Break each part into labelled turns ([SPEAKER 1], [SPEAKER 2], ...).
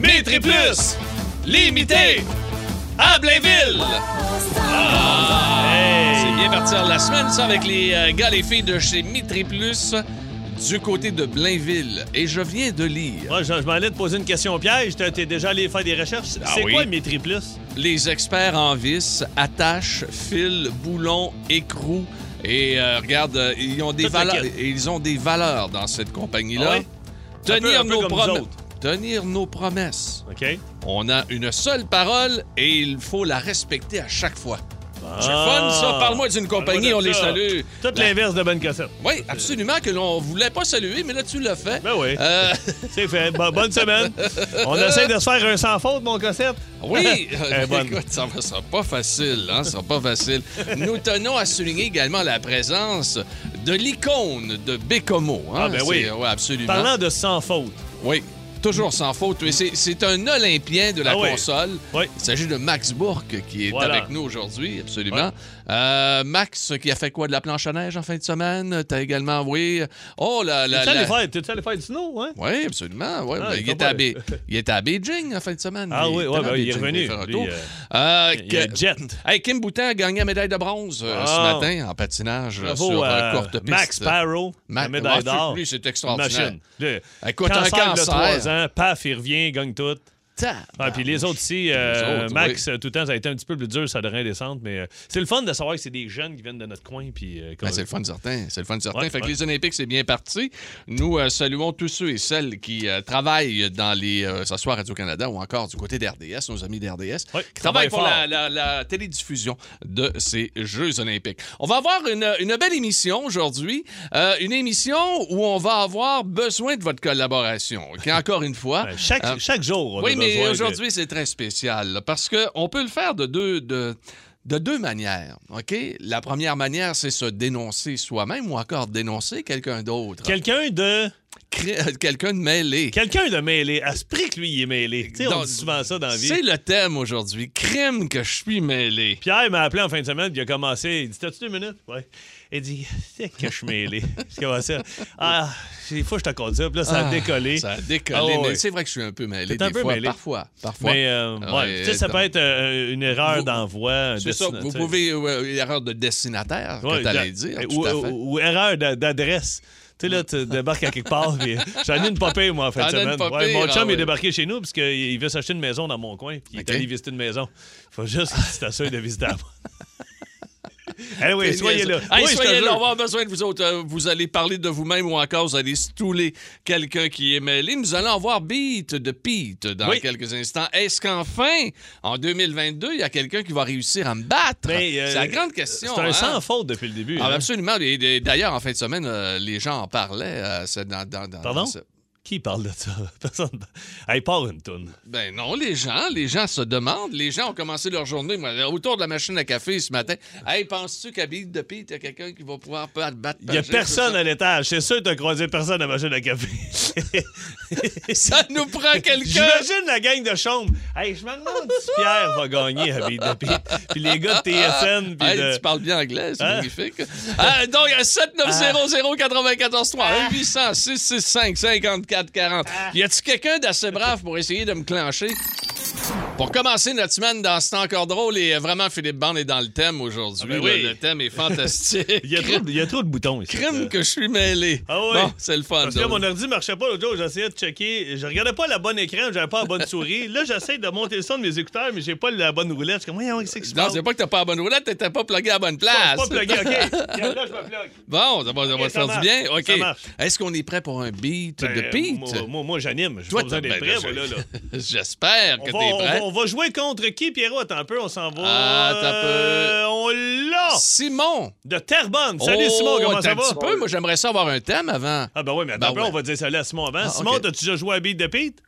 [SPEAKER 1] Métri Plus, limité, à Blainville. Ah, C'est bien partir la semaine, ça, avec les euh, gars, les filles de chez Mitri Plus du côté de Blainville. Et je viens de lire
[SPEAKER 2] Moi, je, je m'en allais te poser une question au piège. T'es t'es déjà allé faire des recherches.
[SPEAKER 1] Ah
[SPEAKER 2] c'est
[SPEAKER 1] oui.
[SPEAKER 2] quoi Métri Plus?
[SPEAKER 1] les experts en vis, attaches, fils, boulons, écrous. Et euh, regarde, euh, ils ont, des
[SPEAKER 2] Toute la
[SPEAKER 1] valeurs,
[SPEAKER 2] quête.
[SPEAKER 1] ils ont des valeurs dans cette compagnie-là.
[SPEAKER 2] Ah ouais? Un peu-
[SPEAKER 1] Tenir
[SPEAKER 2] un peu
[SPEAKER 1] nos
[SPEAKER 2] comme nous
[SPEAKER 1] promesses.
[SPEAKER 2] autres.
[SPEAKER 1] Tenir nos promesses.
[SPEAKER 2] OK?
[SPEAKER 1] On a une seule parole et il faut la respecter à chaque fois. C'est fun,
[SPEAKER 2] Ah.
[SPEAKER 1] ça. Parle-moi d'une compagnie, on
[SPEAKER 2] Parle-moi de
[SPEAKER 1] les
[SPEAKER 2] ça.
[SPEAKER 1] salue.
[SPEAKER 2] Tout
[SPEAKER 1] La-
[SPEAKER 2] l'inverse de Bonne Cossette.
[SPEAKER 1] Oui, absolument, que l'on voulait pas saluer, mais là, tu l'as fait.
[SPEAKER 2] Ben oui.
[SPEAKER 1] Euh,
[SPEAKER 2] C'est fait. Bo- bonne semaine. On essaie de se faire un sans faute, mon Cossette.
[SPEAKER 1] oui, euh,
[SPEAKER 2] Elle est bonne.
[SPEAKER 1] écoute, ça va- ça sera pas facile, hein, ça sera pas facile. Nous tenons à souligner également la présence de l'icône de Bécomo. hein.
[SPEAKER 2] Ah, ben oui.
[SPEAKER 1] C'est- ouais, absolument.
[SPEAKER 2] Parlant de sans faute.
[SPEAKER 1] Oui, toujours sans faute. mais C'est c'est un Olympien de la
[SPEAKER 2] Ah oui.
[SPEAKER 1] console.
[SPEAKER 2] Oui.
[SPEAKER 1] Il s'agit de Max Bourque qui est
[SPEAKER 2] Voilà.
[SPEAKER 1] avec nous aujourd'hui, absolument. Euh, Max qui a fait quoi de la planche à neige en fin de semaine? T'as également envoyé. Oh là
[SPEAKER 2] T'es-tu
[SPEAKER 1] là
[SPEAKER 2] allé faire- T'es-tu allé faire du snow, hein?
[SPEAKER 1] Oui, absolument. Ouais,
[SPEAKER 2] Ah,
[SPEAKER 1] ben,
[SPEAKER 2] il
[SPEAKER 1] il, est
[SPEAKER 2] tombe
[SPEAKER 1] à
[SPEAKER 2] bien.
[SPEAKER 1] Bé- il est à Beijing en fin de semaine.
[SPEAKER 2] Ah oui,
[SPEAKER 1] était
[SPEAKER 2] ouais,
[SPEAKER 1] à
[SPEAKER 2] ben, il est
[SPEAKER 1] Beijing,
[SPEAKER 2] revenu.
[SPEAKER 1] il a fait un
[SPEAKER 2] Lui,
[SPEAKER 1] tour.
[SPEAKER 2] euh,
[SPEAKER 1] Euh,
[SPEAKER 2] Il y a
[SPEAKER 1] que-
[SPEAKER 2] Jet.
[SPEAKER 1] Hey, Kim Boutin a gagné la médaille de bronze euh, ce
[SPEAKER 2] Ah.
[SPEAKER 1] matin en patinage euh,
[SPEAKER 2] Bravo
[SPEAKER 1] sur euh,
[SPEAKER 2] à
[SPEAKER 1] courte piste.
[SPEAKER 2] Max Sparrow,
[SPEAKER 1] Ma-
[SPEAKER 2] la médaille
[SPEAKER 1] Matthew,
[SPEAKER 2] d'or.
[SPEAKER 1] lui, c'est extraordinaire.
[SPEAKER 2] Machine. Le
[SPEAKER 1] Écoute, un
[SPEAKER 2] cancer de
[SPEAKER 1] cancer.
[SPEAKER 2] 3 ans, paf, il revient, gagne tout.
[SPEAKER 1] Tabarnak.
[SPEAKER 2] Ah, puis les autres ici, euh,
[SPEAKER 1] autres,
[SPEAKER 2] Max,
[SPEAKER 1] oui.
[SPEAKER 2] euh, tout le temps, ça a été un petit peu plus dur, ça devrait descendre, mais euh, c'est le fun de savoir que c'est des jeunes qui viennent de notre coin. Puis, euh, comme-
[SPEAKER 1] Ben, c'est le fun certain, c'est le fun certain.
[SPEAKER 2] Ouais,
[SPEAKER 1] fait que
[SPEAKER 2] ouais.
[SPEAKER 1] les Olympiques, c'est bien parti. Nous euh, saluons tous ceux et celles qui euh, travaillent dans les, euh, ce soir Radio-Canada ou encore du côté d'RDS, nos amis d'RDS,
[SPEAKER 2] Ouais,
[SPEAKER 1] qui travaillent
[SPEAKER 2] travaillent
[SPEAKER 1] pour la, la- la télédiffusion de ces Jeux Olympiques. On va avoir une, une belle émission aujourd'hui, Euh, une émission où on va avoir besoin de votre collaboration, qui encore une fois...
[SPEAKER 2] Ouais, chaque,
[SPEAKER 1] euh,
[SPEAKER 2] chaque jour, on a
[SPEAKER 1] oui,
[SPEAKER 2] besoin
[SPEAKER 1] mais
[SPEAKER 2] de-
[SPEAKER 1] aujourd'hui, c'est très spécial là, parce qu'on peut le faire de deux, de, de deux manières. OK? La première manière, c'est se dénoncer soi-même ou encore dénoncer quelqu'un d'autre.
[SPEAKER 2] Quelqu'un de
[SPEAKER 1] Cré- euh, Quelqu'un de mêlé.
[SPEAKER 2] quelqu'un de mêlé. À ce prix que lui, il est mêlé. Tu sais, on
[SPEAKER 1] Dans-
[SPEAKER 2] dit souvent ça dans la vie.
[SPEAKER 1] C'est le thème aujourd'hui. Crime que je suis mêlé.
[SPEAKER 2] Pierre m'a appelé en fin de semaine, puis il a commencé. Il dit T'as-tu deux minutes Ouais. Il dit C'est que je suis mêlé. Je commençais Ah, il faut que je te conduise. Puis là, ça a
[SPEAKER 1] Ah,
[SPEAKER 2] décollé.
[SPEAKER 1] Ça a décollé,
[SPEAKER 2] Ah, ouais,
[SPEAKER 1] mais
[SPEAKER 2] ouais.
[SPEAKER 1] c'est vrai que je suis un peu mêlé
[SPEAKER 2] T'es un
[SPEAKER 1] des
[SPEAKER 2] peu
[SPEAKER 1] fois,
[SPEAKER 2] mêlé.
[SPEAKER 1] Parfois, parfois.
[SPEAKER 2] Mais, euh,
[SPEAKER 1] Ah,
[SPEAKER 2] ouais, tu sais, ça
[SPEAKER 1] dans-
[SPEAKER 2] peut être euh, une
[SPEAKER 1] Vous-
[SPEAKER 2] erreur d'envoi. un
[SPEAKER 1] C'est ça, vous
[SPEAKER 2] destinateur.
[SPEAKER 1] pouvez... euh, erreur de destinataire,
[SPEAKER 2] Ouais,
[SPEAKER 1] que t'allais
[SPEAKER 2] da-
[SPEAKER 1] dire,
[SPEAKER 2] eh, ou, euh,
[SPEAKER 1] tout à fait.
[SPEAKER 2] ou- ou erreur d'a- d'adresse. Tu sais, là, tu débarques à quelque part. puis J'en ai une pas pire, moi, en fait.
[SPEAKER 1] T'en as une
[SPEAKER 2] semaine.
[SPEAKER 1] pas
[SPEAKER 2] Ouais,
[SPEAKER 1] pire,
[SPEAKER 2] mon chum
[SPEAKER 1] ah ouais.
[SPEAKER 2] est débarqué chez nous parce qu'il veut s'acheter une maison dans mon coin. Puis il
[SPEAKER 1] Ok.
[SPEAKER 2] est allé visiter une maison. Faut juste que tu t'assures de visiter à moi. Eh oui, soyez là.
[SPEAKER 1] Hey,
[SPEAKER 2] Oui, je te
[SPEAKER 1] soyez là,
[SPEAKER 2] jure.
[SPEAKER 1] on va avoir besoin de vous autres. Euh, Vous allez parler de vous-même ou encore vous allez stouler quelqu'un qui est mêlé. Nous allons avoir Beat de Pete dans
[SPEAKER 2] Oui.
[SPEAKER 1] quelques instants. Est-ce qu'enfin, en 2022, il y a quelqu'un qui va réussir à me battre?
[SPEAKER 2] Mais, euh,
[SPEAKER 1] c'est la grande question.
[SPEAKER 2] C'est un
[SPEAKER 1] hein?
[SPEAKER 2] sans faute depuis le début.
[SPEAKER 1] Ah,
[SPEAKER 2] hein.
[SPEAKER 1] absolument. Et- et D'ailleurs, en fin de semaine, euh, les gens en parlaient. euh, c'est dans, dans- dans-
[SPEAKER 2] Pardon?
[SPEAKER 1] dans ce-
[SPEAKER 2] Qui parle de ça? Personne. Hey, part une toune.
[SPEAKER 1] Ben non, les gens, les gens se demandent. Les gens ont commencé leur journée moi, autour de la machine à café ce matin. Hey, penses-tu qu'à Beat de Pete, il y a quelqu'un qui va pouvoir pas te battre?
[SPEAKER 2] Il n'y a personne à l'étage. C'est sûr que tu as croisé personne à manger de café.
[SPEAKER 1] Ça nous prend quelqu'un.
[SPEAKER 2] J'imagine la gang de chambre. Hey, je me demande si Pierre va gagner à Beat the Pete. Puis les gars de TSN. Puis
[SPEAKER 1] Hey,
[SPEAKER 2] de-
[SPEAKER 1] Tu parles bien anglais, c'est
[SPEAKER 2] Hein?
[SPEAKER 1] magnifique. Ah, donc, 7900-943, 1-800-665-5440.
[SPEAKER 2] Ah.
[SPEAKER 1] Y a-tu quelqu'un d'assez brave pour essayer de me clencher? Pour commencer notre semaine dans C'est encore drôle, et euh, vraiment, Philippe Bande est dans le thème aujourd'hui.
[SPEAKER 2] Ah ben oui.
[SPEAKER 1] là. Le thème est fantastique.
[SPEAKER 2] Il, y a trop, de- il y a trop de boutons ici.
[SPEAKER 1] Crime que je suis mêlé.
[SPEAKER 2] Ah oui.
[SPEAKER 1] Bon, c'est le fun.
[SPEAKER 2] Parce que
[SPEAKER 1] donc.
[SPEAKER 2] mon ordi ne marchait pas l'autre jour. J'essayais de checker. Je regardais pas la bonne écran. J'avais pas la bonne souris. Là, j'essaie de monter le son de mes écouteurs, mais j'ai pas la bonne roulette. Je suis comme, voyons, qu'est-ce qui se
[SPEAKER 1] Non,
[SPEAKER 2] passe?
[SPEAKER 1] c'est pas que t'as pas la bonne roulette, t'étais pas plugué à la bonne place.
[SPEAKER 2] Ah, c'est pas plugué, OK. Regarde, Là, je me plug.
[SPEAKER 1] Bon, ça va, ça va
[SPEAKER 2] Ok,
[SPEAKER 1] faire
[SPEAKER 2] ça
[SPEAKER 1] du
[SPEAKER 2] marche.
[SPEAKER 1] bien.
[SPEAKER 2] Ça
[SPEAKER 1] OK.
[SPEAKER 2] marche.
[SPEAKER 1] Est-ce qu'on est prêt pour un beat
[SPEAKER 2] Ben,
[SPEAKER 1] de Pete?
[SPEAKER 2] Moi, moi, moi, j'anime. J'ai
[SPEAKER 1] Toi,
[SPEAKER 2] pas besoin
[SPEAKER 1] t'as-
[SPEAKER 2] d'être
[SPEAKER 1] ben,
[SPEAKER 2] prêt, moi, là. là.
[SPEAKER 1] J'espère
[SPEAKER 2] On
[SPEAKER 1] que
[SPEAKER 2] va,
[SPEAKER 1] t'es
[SPEAKER 2] on
[SPEAKER 1] prêt.
[SPEAKER 2] va- on va jouer contre qui, Pierrot? Attends un peu, on s'en va.
[SPEAKER 1] Ah, attends un peu.
[SPEAKER 2] Euh, on l'a!
[SPEAKER 1] Simon!
[SPEAKER 2] De Terrebonne. Salut
[SPEAKER 1] Oh,
[SPEAKER 2] Simon, comment ça
[SPEAKER 1] attends
[SPEAKER 2] va?
[SPEAKER 1] Un petit peu, moi j'aimerais ça avoir un thème avant.
[SPEAKER 2] Ah ben oui, mais attends,
[SPEAKER 1] Ben
[SPEAKER 2] un peu,
[SPEAKER 1] ouais.
[SPEAKER 2] on va dire salut à Simon avant.
[SPEAKER 1] Ah,
[SPEAKER 2] Simon,
[SPEAKER 1] ok.
[SPEAKER 2] t'as-tu déjà joué à Beat de Pete?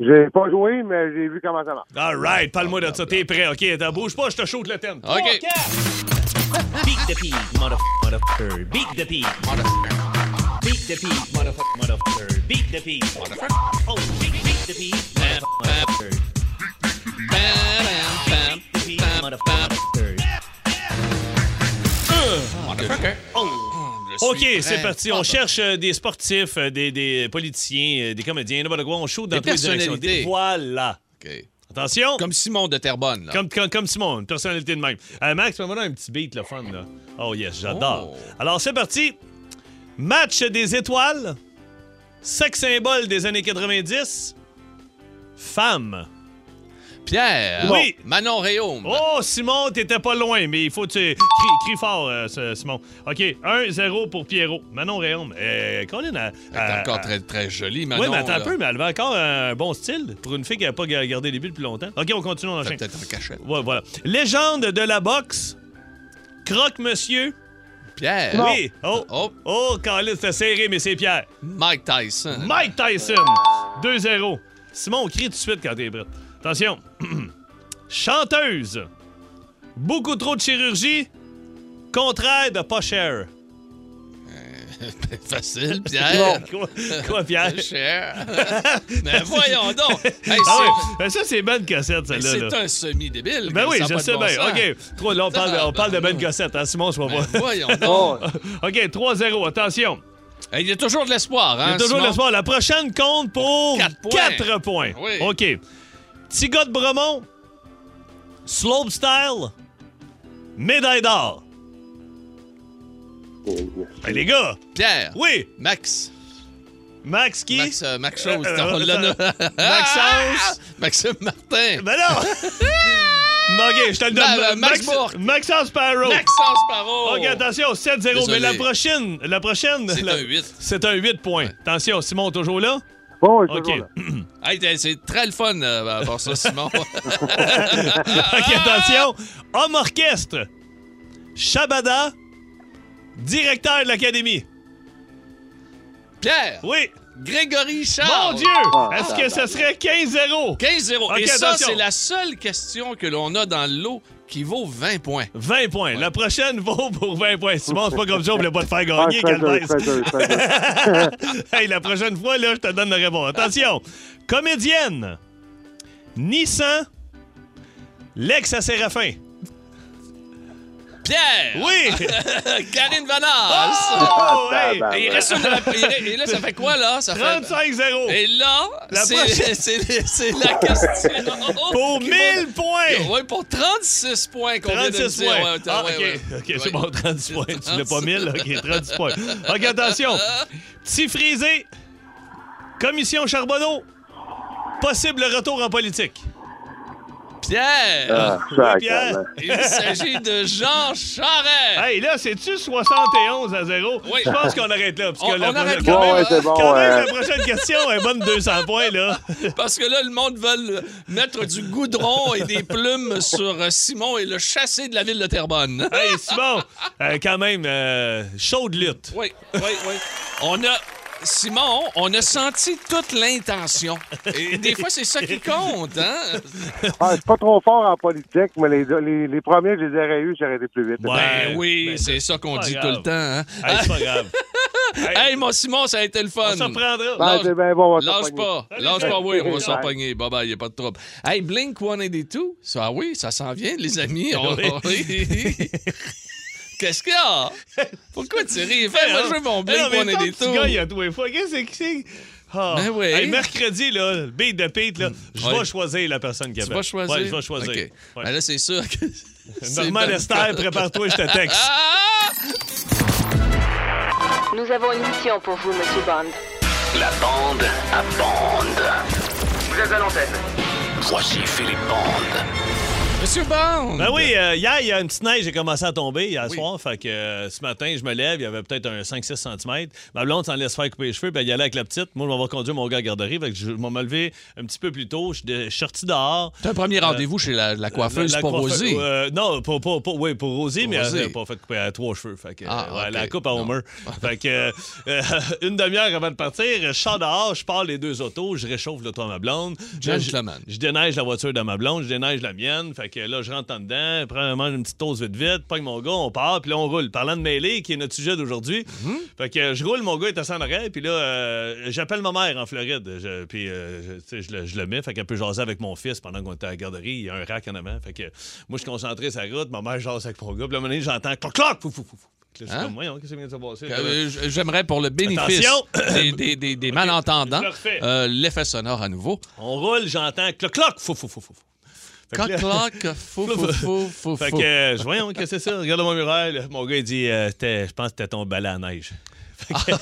[SPEAKER 3] J'ai pas joué, mais j'ai vu comment ça marche.
[SPEAKER 2] All right, parle-moi de ça, t'es prêt, ok? Attends, bouge pas, je te shoot le thème. Trois,
[SPEAKER 1] Ok.
[SPEAKER 2] quatre.
[SPEAKER 4] Beat the pig, motherfucker, motherfucker. Beat the pig, beat the pig, motherfucker, motherfucker. Beat the pig, motherfucker. Oh, beat, beat the pig, motherfucker, motherfucker. Beat the pig, motherfucker, motherfucker.
[SPEAKER 1] Oh,
[SPEAKER 2] OK,
[SPEAKER 1] suis
[SPEAKER 2] c'est
[SPEAKER 1] prêt. Ah, ben.
[SPEAKER 2] parti. On cherche euh, des sportifs, euh, des, des politiciens, euh, des comédiens, n'importe quoi. On shoot dans
[SPEAKER 1] Des
[SPEAKER 2] toutes les directions.
[SPEAKER 1] personnalités.
[SPEAKER 2] Voilà.
[SPEAKER 1] OK.
[SPEAKER 2] Attention. Comme,
[SPEAKER 1] Comme Simon de Terrebonne. là.
[SPEAKER 2] comme, comme, Simon, une personnalité de même. Euh, Max, prends-moi un petit beat, le fun, là. Oh yes, j'adore.
[SPEAKER 1] Oh.
[SPEAKER 2] Alors, c'est parti. Match des étoiles. Sex symbole des années 90. Femme.
[SPEAKER 1] Pierre.
[SPEAKER 2] Oui.
[SPEAKER 1] Manon Réaume.
[SPEAKER 2] Oh, Simon, t'étais pas loin, mais il faut que tu... Crie, crie fort, euh, ce- Simon. OK, 1-0 pour Pierrot. Manon Réaume. Euh, Colin a...
[SPEAKER 1] Elle est
[SPEAKER 2] a-
[SPEAKER 1] encore
[SPEAKER 2] a-
[SPEAKER 1] très, très jolie, Manon.
[SPEAKER 2] Oui, mais attends un
[SPEAKER 1] là.
[SPEAKER 2] peu, mais elle avait encore un bon style pour une fille qui n'a pas ga- gardé les buts depuis longtemps. OK, on continue, on
[SPEAKER 1] Fait
[SPEAKER 2] enchaîne.
[SPEAKER 1] Peut-être en cachette.
[SPEAKER 2] Ouais, voilà. Légende de la boxe. Croque-monsieur.
[SPEAKER 1] Pierre.
[SPEAKER 2] Oui. Oh,
[SPEAKER 1] Oh.
[SPEAKER 2] oh, Colin, c'est serré, mais c'est Pierre.
[SPEAKER 1] Mike Tyson.
[SPEAKER 2] Mike Tyson. 2-0. Simon, on crie tout de suite quand t'es prêt. Attention. Chanteuse. Beaucoup trop de chirurgie. Contraire de pas cher.
[SPEAKER 1] Facile, Pierre.
[SPEAKER 2] Quoi, quoi, Pierre?
[SPEAKER 1] Cher. mais voyons donc. Hey,
[SPEAKER 2] Ah
[SPEAKER 1] c'est-
[SPEAKER 2] oui, ben ça, c'est bonne cassette,
[SPEAKER 1] Hey,
[SPEAKER 2] celle-là. là.
[SPEAKER 1] C'est un semi-débile.
[SPEAKER 2] Ben
[SPEAKER 1] que
[SPEAKER 2] oui,
[SPEAKER 1] ça a
[SPEAKER 2] je
[SPEAKER 1] pas de
[SPEAKER 2] sais
[SPEAKER 1] bon
[SPEAKER 2] bien.
[SPEAKER 1] sens.
[SPEAKER 2] OK. Trois- là, on parle, de- on parle de Ben Gossette, hein, Simon, je vois
[SPEAKER 1] Ben,
[SPEAKER 2] pas.
[SPEAKER 1] voyons donc.
[SPEAKER 2] OK, 3-0, attention.
[SPEAKER 1] Hey, Il y a toujours de l'espoir. Hein,
[SPEAKER 2] Il y a toujours
[SPEAKER 1] Simon?
[SPEAKER 2] l'espoir. La prochaine compte pour
[SPEAKER 1] Quatre points.
[SPEAKER 2] 4 points.
[SPEAKER 1] Oui.
[SPEAKER 2] OK. Petit gars de Bromont, slope style, médaille d'or. Ben, les gars,
[SPEAKER 1] Pierre.
[SPEAKER 2] oui.
[SPEAKER 1] Max.
[SPEAKER 2] Max qui?
[SPEAKER 1] Max, euh, Max Chose.
[SPEAKER 2] Euh,
[SPEAKER 1] on
[SPEAKER 2] euh,
[SPEAKER 1] l'a-
[SPEAKER 2] euh, Maxence.
[SPEAKER 1] Maxime Ah! Martin.
[SPEAKER 2] Ben non! Non, OK, je te le donne.
[SPEAKER 1] Ben, ben, Max Bourque.
[SPEAKER 2] Maxence Sparrow.
[SPEAKER 1] Maxence Parot.
[SPEAKER 2] OK, attention, 7-0.
[SPEAKER 1] Désolé.
[SPEAKER 2] Mais la prochaine, la prochaine.
[SPEAKER 1] C'est
[SPEAKER 2] la-
[SPEAKER 1] un huit.
[SPEAKER 2] C'est un 8 points. Attention, Simon, toujours là?
[SPEAKER 3] Bon, je suis
[SPEAKER 2] OK.
[SPEAKER 3] toujours là.
[SPEAKER 1] Hey, t'es- c'est très le fun euh, à part ça, Simon.
[SPEAKER 2] OK, attention. Homme orchestre. Shabada. Directeur de l'Académie.
[SPEAKER 1] Pierre.
[SPEAKER 2] Oui.
[SPEAKER 1] Grégory Charles.
[SPEAKER 2] Mon Dieu! Est-ce que ce serait 15-0?
[SPEAKER 1] 15-0.
[SPEAKER 2] Ok,
[SPEAKER 1] Et ça,
[SPEAKER 2] attention.
[SPEAKER 1] c'est la seule question que l'on a dans le lot qui vaut 20 points.
[SPEAKER 2] 20 points. La prochaine vaut pour 20 points. Simon, c'est pas comme ça, on voulait pas te faire
[SPEAKER 3] Ah,
[SPEAKER 2] gagner,
[SPEAKER 3] je fais deux, je
[SPEAKER 2] Calvaise.
[SPEAKER 3] fais deux, je fais deux.
[SPEAKER 2] hey, la prochaine fois, là, je te donne la réponse. Attention! Comédienne. Nissan. L'ex à Séraphin.
[SPEAKER 1] Pierre.
[SPEAKER 2] Oui!
[SPEAKER 1] Karine Vanas.
[SPEAKER 2] Oh, hey!
[SPEAKER 3] tabarnak.
[SPEAKER 1] Et il reste une- il re- Et là, ça fait quoi, là? Ça fait...
[SPEAKER 2] 35-0.
[SPEAKER 1] Et là,
[SPEAKER 2] La
[SPEAKER 1] c'est
[SPEAKER 2] prochaine-
[SPEAKER 1] c'est- c'est la question. Oh,
[SPEAKER 2] Pour
[SPEAKER 1] qui
[SPEAKER 2] 1000
[SPEAKER 1] va-
[SPEAKER 2] points!
[SPEAKER 1] Ouais, pour 36 points qu'on vient de
[SPEAKER 2] 36
[SPEAKER 1] dire.
[SPEAKER 2] points.
[SPEAKER 1] Ouais,
[SPEAKER 2] ah,
[SPEAKER 1] ouais,
[SPEAKER 2] OK,
[SPEAKER 1] ouais.
[SPEAKER 2] OK, c'est
[SPEAKER 1] Ouais.
[SPEAKER 2] bon, 36 points. Tu l'as pas 1000, OK, 36 points. OK, attention. Petit frisé, commission Charbonneau, possible retour en politique.
[SPEAKER 1] Pierre,
[SPEAKER 3] Ah,
[SPEAKER 2] Oui, Pierre.
[SPEAKER 3] sacrément.
[SPEAKER 1] il s'agit de Jean Charest.
[SPEAKER 2] Hey, là, c'est-tu 71 à 0?
[SPEAKER 1] Oui.
[SPEAKER 2] Je pense qu'on arrête là. Parce que
[SPEAKER 1] On-
[SPEAKER 2] la
[SPEAKER 1] on arrête là.
[SPEAKER 2] prochaine- quand
[SPEAKER 3] Ouais,
[SPEAKER 2] même,
[SPEAKER 3] ouais, c'est bon.
[SPEAKER 2] quand même,
[SPEAKER 3] euh,
[SPEAKER 2] la prochaine question est bonne 200 points, là.
[SPEAKER 1] Parce que là, le monde veut mettre du goudron et des plumes sur euh, Simon et le chasser de la ville de Terrebonne.
[SPEAKER 2] Hey, Simon, euh, quand même, euh, chaude lutte.
[SPEAKER 1] Oui, oui, oui. On a. Simon, on a senti toute l'intention. Et des fois, c'est ça qui compte, hein?
[SPEAKER 3] Ah, je suis pas trop fort en politique, mais les, les, les premiers, je les aurais eus, j'aurais été plus vite.
[SPEAKER 2] Ouais.
[SPEAKER 1] Ben oui,
[SPEAKER 2] ben,
[SPEAKER 1] c'est ça qu'on
[SPEAKER 2] pas
[SPEAKER 1] dit
[SPEAKER 2] grave.
[SPEAKER 1] tout le temps. hein. Ah,
[SPEAKER 2] Hey, c'est pas grave.
[SPEAKER 1] Hey, mon Simon, ça a été le fun.
[SPEAKER 2] on s'en prendra.
[SPEAKER 3] Ben,
[SPEAKER 1] lâche-
[SPEAKER 3] c'est bien bon, on va s'en
[SPEAKER 1] Lâche
[SPEAKER 3] pogner.
[SPEAKER 1] pas,
[SPEAKER 2] Salut,
[SPEAKER 1] lâche
[SPEAKER 2] salut.
[SPEAKER 1] pas, oui, on va
[SPEAKER 3] Bye.
[SPEAKER 1] s'en pogner. Bye bye, y a pas de trouble. Hey, Blink One et des tout. Ça, ah oui, ça s'en vient, les amis. On-
[SPEAKER 2] Oui.
[SPEAKER 1] Qu'est-ce qu'il y a? Pourquoi tu ris? Fais, moi, je veux mon Blink
[SPEAKER 2] Hein? Non, mais
[SPEAKER 1] One et
[SPEAKER 2] tant
[SPEAKER 1] des
[SPEAKER 2] que tu gagnes
[SPEAKER 1] tout.
[SPEAKER 2] à tous les fois. Qu'est-ce que c'est? Ah.
[SPEAKER 1] Ben oui. Hmm.
[SPEAKER 2] Hey, mercredi, là, le beat de Pete, là, je vais
[SPEAKER 1] Ouais.
[SPEAKER 2] choisir la personne qui
[SPEAKER 1] Tu
[SPEAKER 2] appelle.
[SPEAKER 1] vas choisir.
[SPEAKER 2] Ouais, je vais choisir.
[SPEAKER 1] OK.
[SPEAKER 2] Ouais.
[SPEAKER 1] Ben là, c'est sûr que. c'est
[SPEAKER 2] Normand
[SPEAKER 1] dans-
[SPEAKER 2] Lester, prépare-toi, je te texte.
[SPEAKER 1] Ah!
[SPEAKER 5] Nous avons une mission pour vous, Monsieur Bond.
[SPEAKER 6] La bande à bande. Vous êtes à l'antenne. Voici Philippe Bande.
[SPEAKER 1] Monsieur Bond!
[SPEAKER 2] Ben oui, euh, hier, il y a une petite neige qui a commencé à tomber hier soir. Fait que euh, ce matin, je me lève, il y avait peut-être un 5-6 cm. Ma blonde s'en laisse faire couper les cheveux, puis elle y allait avec la petite. Moi, je m'en vais conduire mon gars à la garderie. Fait que je je m'en vais me lever un petit peu plus tôt. Je suis de- je suis sorti dehors.
[SPEAKER 1] T'as un premier rendez-vous chez la, la coiffeuse
[SPEAKER 2] Euh, La- la
[SPEAKER 1] pour
[SPEAKER 2] coiffe-
[SPEAKER 1] Rosie.
[SPEAKER 2] euh, non, pour, pour, pour- oui, pour Rosie, mais
[SPEAKER 1] Rosie.
[SPEAKER 2] elle n'a pas fait couper à trois cheveux. Fait que,
[SPEAKER 1] Ah,
[SPEAKER 2] euh, ouais,
[SPEAKER 1] ok.
[SPEAKER 2] La coupe à
[SPEAKER 1] Non.
[SPEAKER 2] Homer. fait que, euh, euh, une demi-heure avant de partir, je sors dehors, je pars les deux autos, je réchauffe l'auto à ma blonde. Là, je-
[SPEAKER 1] Gentleman.
[SPEAKER 2] Je, déneige la voiture de ma blonde, je déneige la mienne. Fait que là, je rentre en dedans, prends, mange une petite toast vite vite, pogne mon gars, on part, puis là, on roule. Parlant de mêlée, qui est notre sujet d'aujourd'hui, fait que euh, je roule, mon gars est assis en arrière, puis là, euh, j'appelle ma mère en Floride. Je- puis euh, je, tu sais, je le, je le mets, fait qu'elle peut jaser avec mon fils pendant qu'on était à la garderie. Il y a un rack en avant. Fait que euh, moi, je suis concentré sur la route, ma mère jase avec mon gars, puis là, à un moment donné, j'entends cloc, cloc, fou, fou, fou, fou. Là, je suis
[SPEAKER 1] Hein?
[SPEAKER 2] comme, voyons, qu'est-ce qui vient de se passer? là?
[SPEAKER 1] Euh, j- J'aimerais, pour le bénéfice
[SPEAKER 2] Attention!
[SPEAKER 1] des, des- des- des malentendants,
[SPEAKER 2] je le refais.
[SPEAKER 1] euh, l'effet sonore à nouveau.
[SPEAKER 2] On roule, j'entends cloc, cloc, fou, fou, fou, fou. Fait que là-
[SPEAKER 1] Coq-cloc, fou, fou, fou, fou,
[SPEAKER 2] Fait
[SPEAKER 1] fou.
[SPEAKER 2] que, euh, je- voyons, qu'est-ce que c'est ça? Regarde mon muraille. là. Mon gars, il dit, euh, c'était- je pense que c'était ton balai à neige. Fait que-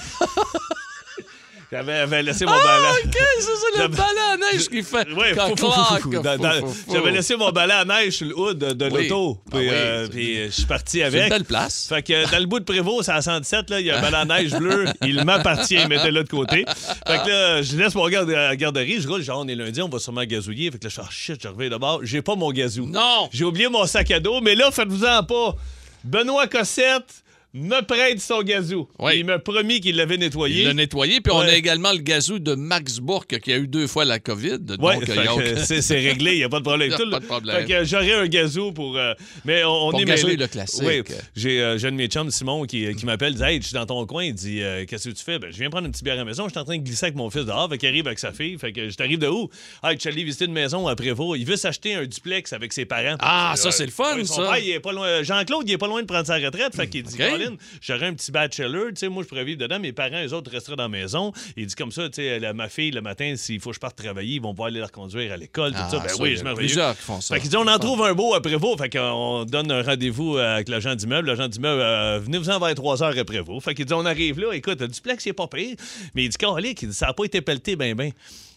[SPEAKER 2] J'avais j'avais laissé mon balai.
[SPEAKER 1] Ah, OK, c'est ça le
[SPEAKER 2] J'avais-
[SPEAKER 1] balai à neige qui fait.
[SPEAKER 2] Ouais, fou, fou, fou, fou,
[SPEAKER 1] Coq-cloc,
[SPEAKER 2] fou. Dans- dans-
[SPEAKER 1] fou, fou, fou.
[SPEAKER 2] J'avais laissé mon balai à neige sur le hood de, de
[SPEAKER 1] Oui.
[SPEAKER 2] l'auto.
[SPEAKER 1] Ah
[SPEAKER 2] Puis,
[SPEAKER 1] oui,
[SPEAKER 2] euh,
[SPEAKER 1] c'est-
[SPEAKER 2] puis, euh, je suis parti
[SPEAKER 1] C'est une
[SPEAKER 2] avec.
[SPEAKER 1] belle place.
[SPEAKER 2] Fait que euh, dans le bout de Prévost, c'est à 117, là, il y a un balai à neige bleu. Il m'appartient, mettez-le de côté. Fait que là, je laisse mon garde à la garderie. Je roule, genre, on est lundi, on va sûrement gazouiller. Fait que là, je fais, ah, shit, je reviens de bord. J'ai pas mon gazou.
[SPEAKER 1] Non!
[SPEAKER 2] J'ai oublié mon sac à dos, mais là, faites-vous-en pas. Benoît Cossette me prête son gazou.
[SPEAKER 1] Oui.
[SPEAKER 2] Il m'a promis qu'il l'avait nettoyé.
[SPEAKER 1] Il l'a nettoyé. Puis on
[SPEAKER 2] Ouais.
[SPEAKER 1] a également le gazou de Max Bourque qui a eu deux fois la COVID.
[SPEAKER 2] Ouais,
[SPEAKER 1] donc, euh,
[SPEAKER 2] fait
[SPEAKER 1] il y a
[SPEAKER 2] que,
[SPEAKER 1] aucun-
[SPEAKER 2] c'est c'est réglé, il n'y a pas de problème.
[SPEAKER 1] Y a
[SPEAKER 2] Tout le-
[SPEAKER 1] pas de problème.
[SPEAKER 2] Fait que euh, j'aurais un gazou pour. euh, mais on, on
[SPEAKER 1] Pour
[SPEAKER 2] est
[SPEAKER 1] gazouiller le
[SPEAKER 2] mêlés.
[SPEAKER 1] classique.
[SPEAKER 2] Oui, j'ai euh, j'ai un de mes chums, Simon, qui, euh, qui m'appelle, dit Hey, je suis dans ton coin. Il dit euh, Qu'est-ce que tu fais Ben, Je viens prendre une petite bière à la maison. Je suis en train de glisser avec mon fils dehors. Fait qu'il arrive avec sa fille. Fait que je t'arrive de où Hey, je suis allé visiter une maison à Prévost. Il veut s'acheter un duplex avec ses parents.
[SPEAKER 1] Ah,
[SPEAKER 2] Euh,
[SPEAKER 1] ça, c'est le fun,
[SPEAKER 2] ouais,
[SPEAKER 1] ça.
[SPEAKER 2] son père, il est pas loin. euh, Jean-Claude, il est pas loin de prendre sa retraite. Fait qu'il dit
[SPEAKER 1] Hmm, OK.
[SPEAKER 2] Caroline, j'aurais un petit bachelor. Tu sais, moi, je pourrais vivre dedans. Mes parents, eux autres, resteraient dans la maison. Il dit comme ça, tu sais, euh, la- ma fille, le matin, s'il faut que je parte travailler, ils vont pouvoir aller la reconduire à l'école.
[SPEAKER 1] Ah,
[SPEAKER 2] tout ça. Ben
[SPEAKER 1] ça, il
[SPEAKER 2] oui,
[SPEAKER 1] y a
[SPEAKER 2] je me
[SPEAKER 1] plusieurs qui font ça.
[SPEAKER 2] Fait qu'il dit, on en trouve un beau à Prévost. Fait qu'on donne un rendez-vous euh, avec l'agent d'immeuble. L'agent d'immeuble, euh, venez-vous-en vers 3 heures à Prévost. Fait qu'il dit, on arrive là. Écoute, le duplex, il est pas pire. Mais il dit, Calique, il dit, ça n'a pas été pelleté, ben, ben.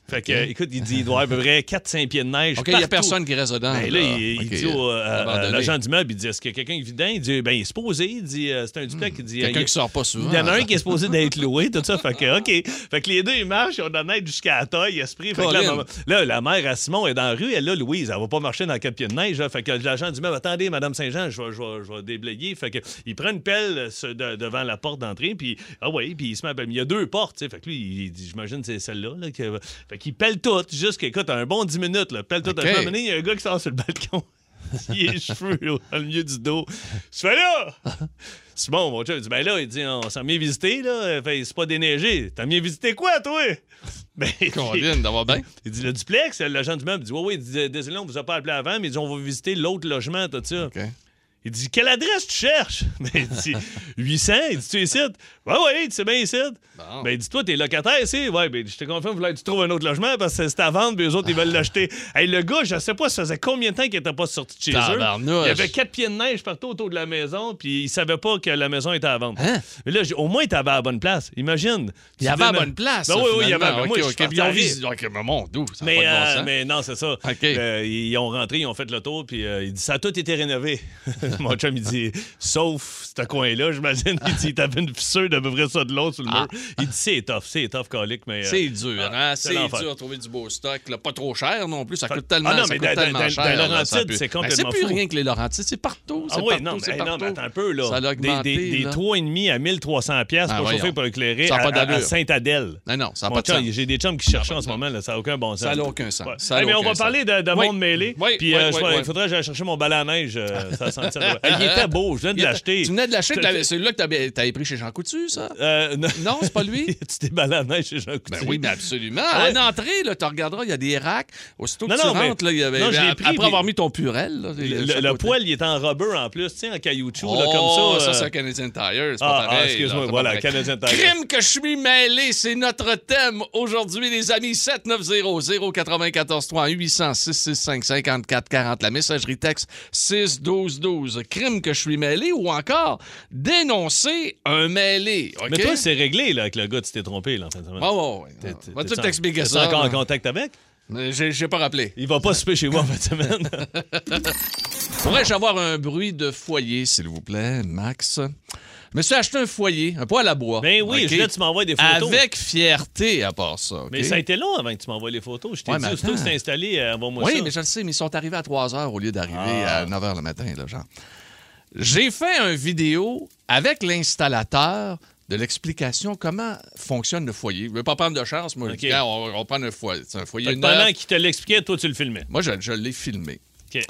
[SPEAKER 2] Fait que, euh, écoute, il dit, il doit y avoir à peu près 4-5 pieds de neige.
[SPEAKER 1] OK, il n'y a
[SPEAKER 2] partout.
[SPEAKER 1] personne qui reste dedans.
[SPEAKER 2] Ben là, il, il
[SPEAKER 1] OK,
[SPEAKER 2] dit au, euh,
[SPEAKER 1] abandonné.
[SPEAKER 2] à l'agent d'immeuble, il dit Est-ce que quelqu'un est vidant Il dit Ben, il est supposé. Il dit euh, C'est un duplex. Il dit
[SPEAKER 1] Hmm. Quelqu'un
[SPEAKER 2] il-
[SPEAKER 1] qui sort pas souvent.
[SPEAKER 2] Il y en a un qui est supposé d'être loué, tout ça. Fait que, OK. Fait que les deux, ils marchent, on en aide jusqu'à la taille, esprit. Fait que là,
[SPEAKER 1] Colin.
[SPEAKER 2] maman- là, la mère à Simon est dans la rue, elle là, Louise, elle va pas marcher dans quatre pieds de neige. là. Fait que l'agent dit même Attendez, Madame Saint-Jean, je vais, je vais- je vais déblayer. Fait que il prend une pelle euh, ce- de- devant la porte d'entrée, puis ah ouais, puis il se met à balayer. Il y a deux portes, tu sais. Fait que lui, il dit J'imagine c'est celle-là. Là, que- fait qu'il pèle tout, jusqu'à, écoute, un bon 10 minutes, là, pèle tout.
[SPEAKER 1] OK.
[SPEAKER 2] À un moment donné, il y a un gars qui sort sur le balcon. Il a les cheveux là, dans le milieu du dos. Je fais là! Simon, mon chum, il dit Ben là, il dit, on s'en vient visiter, là. Fait, c'est pas déneigé. T'en viens visiter quoi, toi? Ben, il,
[SPEAKER 1] Colin, d'avoir bien.
[SPEAKER 2] il dit le duplex. L'agent du meuble dit Oui, oui, il dit, euh, désolé, on vous a pas appelé avant, mais il dit, on va visiter l'autre logement, tout ça.
[SPEAKER 1] OK.
[SPEAKER 2] Il dit Quelle adresse tu cherches? Ben, il dit 800. Il dit Tu es ici? Ouais, ouais, il dit, c'est bien ici.
[SPEAKER 1] Bon.
[SPEAKER 2] Ben, il dit Toi, t'es locataire ici? Ouais, ben, je te confirme, vous voulez que tu trouves un autre logement parce que c'est à vendre, puis eux autres, ils
[SPEAKER 1] Ah.
[SPEAKER 2] veulent l'acheter. Hey, le gars, je sais pas, ça faisait combien de temps qu'il était pas sorti de chez eux.
[SPEAKER 1] Tabarnouche.
[SPEAKER 2] Il y avait quatre pieds de neige partout autour de la maison, puis il savait pas que la maison était à vendre.
[SPEAKER 1] Hein?
[SPEAKER 2] Mais là, j'ai- au moins, t'avais à la bonne place. Imagine.
[SPEAKER 1] Il
[SPEAKER 2] Tu
[SPEAKER 1] y avait à
[SPEAKER 2] déna-
[SPEAKER 1] bonne place.
[SPEAKER 2] Ben
[SPEAKER 1] là,
[SPEAKER 2] oui, oui, il y
[SPEAKER 1] finalement.
[SPEAKER 2] avait. Ben,
[SPEAKER 1] OK,
[SPEAKER 2] moi, je
[SPEAKER 1] OK,
[SPEAKER 2] suis parti
[SPEAKER 1] puis on
[SPEAKER 2] en
[SPEAKER 1] vise.
[SPEAKER 2] ville.
[SPEAKER 1] OK, mais mon doux, ça n'a
[SPEAKER 2] Mais,
[SPEAKER 1] pas de bon
[SPEAKER 2] euh,
[SPEAKER 1] sens.
[SPEAKER 2] mais non, c'est ça.
[SPEAKER 1] OK.
[SPEAKER 2] Euh, ils ont rentré, ils ont fait le tour, puis euh, il dit ça a tout été rénové. Mon chum, il dit sauf ce coin-là, j'imagine. Il dit t'avais une fissure d'à peu près ça de l'autre sur le
[SPEAKER 1] Ah.
[SPEAKER 2] mur. Il dit c'est tough, c'est tough, colique, mais. euh,
[SPEAKER 1] C'est dur,
[SPEAKER 2] ah,
[SPEAKER 1] hein?
[SPEAKER 2] c'est
[SPEAKER 1] C'est
[SPEAKER 2] l'enfer.
[SPEAKER 1] dur de trouver du beau stock. là. Pas trop cher non plus. Ça
[SPEAKER 2] Fait-
[SPEAKER 1] coûte tellement,
[SPEAKER 2] Ah non,
[SPEAKER 1] ça
[SPEAKER 2] mais
[SPEAKER 1] coûte
[SPEAKER 2] dans-
[SPEAKER 1] tellement
[SPEAKER 2] dans- dans-
[SPEAKER 1] cher.
[SPEAKER 2] dans
[SPEAKER 1] là,
[SPEAKER 2] Laurentides,
[SPEAKER 1] ça peut-
[SPEAKER 2] c'est
[SPEAKER 1] Ben,
[SPEAKER 2] complètement
[SPEAKER 1] C'est plus
[SPEAKER 2] fou.
[SPEAKER 1] rien que les Laurentides. C'est partout.
[SPEAKER 2] Ah
[SPEAKER 1] c'est
[SPEAKER 2] oui,
[SPEAKER 1] partout,
[SPEAKER 2] non, mais,
[SPEAKER 1] c'est
[SPEAKER 2] hey, non, mais
[SPEAKER 1] partout.
[SPEAKER 2] attends un peu, là.
[SPEAKER 1] Ça l'a
[SPEAKER 2] des,
[SPEAKER 1] augmenté,
[SPEAKER 2] des, des
[SPEAKER 1] là.
[SPEAKER 2] 3,5 à 1300$ piastres
[SPEAKER 1] Ah,
[SPEAKER 2] pour chauffer
[SPEAKER 1] voyons.
[SPEAKER 2] pour éclairer
[SPEAKER 1] Ça a
[SPEAKER 2] à,
[SPEAKER 1] pas d'allure.
[SPEAKER 2] à- à Sainte-Adèle.
[SPEAKER 1] Non, non, ça n'a
[SPEAKER 2] Mon
[SPEAKER 1] pas de
[SPEAKER 2] chum,
[SPEAKER 1] sens.
[SPEAKER 2] J'ai des chums qui cherchent
[SPEAKER 1] pas
[SPEAKER 2] ça en
[SPEAKER 1] de
[SPEAKER 2] ce
[SPEAKER 1] sens.
[SPEAKER 2] moment, là, ça n'a aucun bon sens.
[SPEAKER 1] Ah, ben, Ça n'a aucun sens.
[SPEAKER 2] Ouais.
[SPEAKER 1] Ça n'a
[SPEAKER 2] Hey, mais on
[SPEAKER 1] aucun
[SPEAKER 2] va
[SPEAKER 1] sens.
[SPEAKER 2] parler de, de
[SPEAKER 1] Oui.
[SPEAKER 2] monde mêlé.
[SPEAKER 1] Oui,
[SPEAKER 2] puis
[SPEAKER 1] oui,
[SPEAKER 2] euh,
[SPEAKER 1] oui,
[SPEAKER 2] je vais-
[SPEAKER 1] oui.
[SPEAKER 2] il faudrait que j'aille chercher mon balai à neige. euh, ça sent- ça doit- Hey, il était beau, je viens de
[SPEAKER 1] Il était-
[SPEAKER 2] l'acheter.
[SPEAKER 1] Tu venais de l'acheter.
[SPEAKER 2] Je-
[SPEAKER 1] t'avais- C'est là que t'avais- t'avais pris chez Jean Coutu, ça?
[SPEAKER 2] Euh,
[SPEAKER 1] Non, c'est pas lui?
[SPEAKER 2] tu t'es balai à neige chez Jean Coutu.
[SPEAKER 1] Ben oui, mais absolument.
[SPEAKER 2] Ouais.
[SPEAKER 1] En entrée, là, tu regarderas, il y a des racks. Aussitôt que
[SPEAKER 2] Non,
[SPEAKER 1] tu
[SPEAKER 2] non, mais-
[SPEAKER 1] rentres, là, il y avait,
[SPEAKER 2] non, je l'ai
[SPEAKER 1] ap-
[SPEAKER 2] pris,
[SPEAKER 1] après
[SPEAKER 2] puis-
[SPEAKER 1] avoir mis ton purel, là,
[SPEAKER 2] Le,
[SPEAKER 1] sur
[SPEAKER 2] le- le
[SPEAKER 1] côté.
[SPEAKER 2] poêle, il est en rubber en plus, tu sais, en caoutchouc, là,
[SPEAKER 1] Oh,
[SPEAKER 2] comme
[SPEAKER 1] ça,
[SPEAKER 2] ça. euh,
[SPEAKER 1] c'est Canadian Tire, c'est
[SPEAKER 2] ah,
[SPEAKER 1] pas
[SPEAKER 2] ah,
[SPEAKER 1] pareil.
[SPEAKER 2] excuse-moi,
[SPEAKER 1] là, c'est
[SPEAKER 2] voilà,
[SPEAKER 1] pas pareil.
[SPEAKER 2] Canadian Tire.
[SPEAKER 1] Crime que je suis mêlé, c'est notre thème aujourd'hui, les amis. 790-094-3 800 665 54 40 La messagerie texte 612-12. Crime que je suis mêlé ou encore dénoncer un mêlé. OK?
[SPEAKER 2] Mais toi, c'est réglé là, avec le gars, tu t'es trompé là, en fin de semaine.
[SPEAKER 1] Ouais, ouais, ouais.
[SPEAKER 2] T'es- t'es-
[SPEAKER 1] Va-tu
[SPEAKER 2] t'es-
[SPEAKER 1] t'expliquer
[SPEAKER 2] t'es
[SPEAKER 1] ça? hein.
[SPEAKER 2] encore en contact avec?
[SPEAKER 1] Euh, J'ai j'ai pas rappelé.
[SPEAKER 2] Il va pas souper chez moi en fin de semaine.
[SPEAKER 1] Pourrais-je avoir un bruit de foyer, s'il vous plaît, Max? Je me suis acheté un foyer, un poêle à bois.
[SPEAKER 2] Ben oui,
[SPEAKER 1] OK?
[SPEAKER 2] je- là, tu m'envoies des photos.
[SPEAKER 1] Avec fierté, à part ça. OK?
[SPEAKER 2] Mais ça a été long avant que tu m'envoies les photos. Je t'ai
[SPEAKER 1] Ouais, mais
[SPEAKER 2] dit, aussitôt que
[SPEAKER 1] attends.
[SPEAKER 2] c'est installé, euh, envoie-moi
[SPEAKER 1] Oui,
[SPEAKER 2] ça.
[SPEAKER 1] mais je le sais, mais ils sont arrivés à 3 h au lieu d'arriver
[SPEAKER 2] Ah.
[SPEAKER 1] à 9 h le matin, là, genre. J'ai fait un vidéo avec l'installateur de l'explication comment fonctionne le foyer. Je ne veux pas prendre de chance, moi.
[SPEAKER 2] OK.
[SPEAKER 1] Je dis, ah, on, on prend un foyer. C'est un foyer
[SPEAKER 2] Fait que
[SPEAKER 1] neuf.
[SPEAKER 2] pendant qu'il te l'expliquait, toi, tu le filmais.
[SPEAKER 1] Moi, je, je l'ai filmé.
[SPEAKER 2] OK.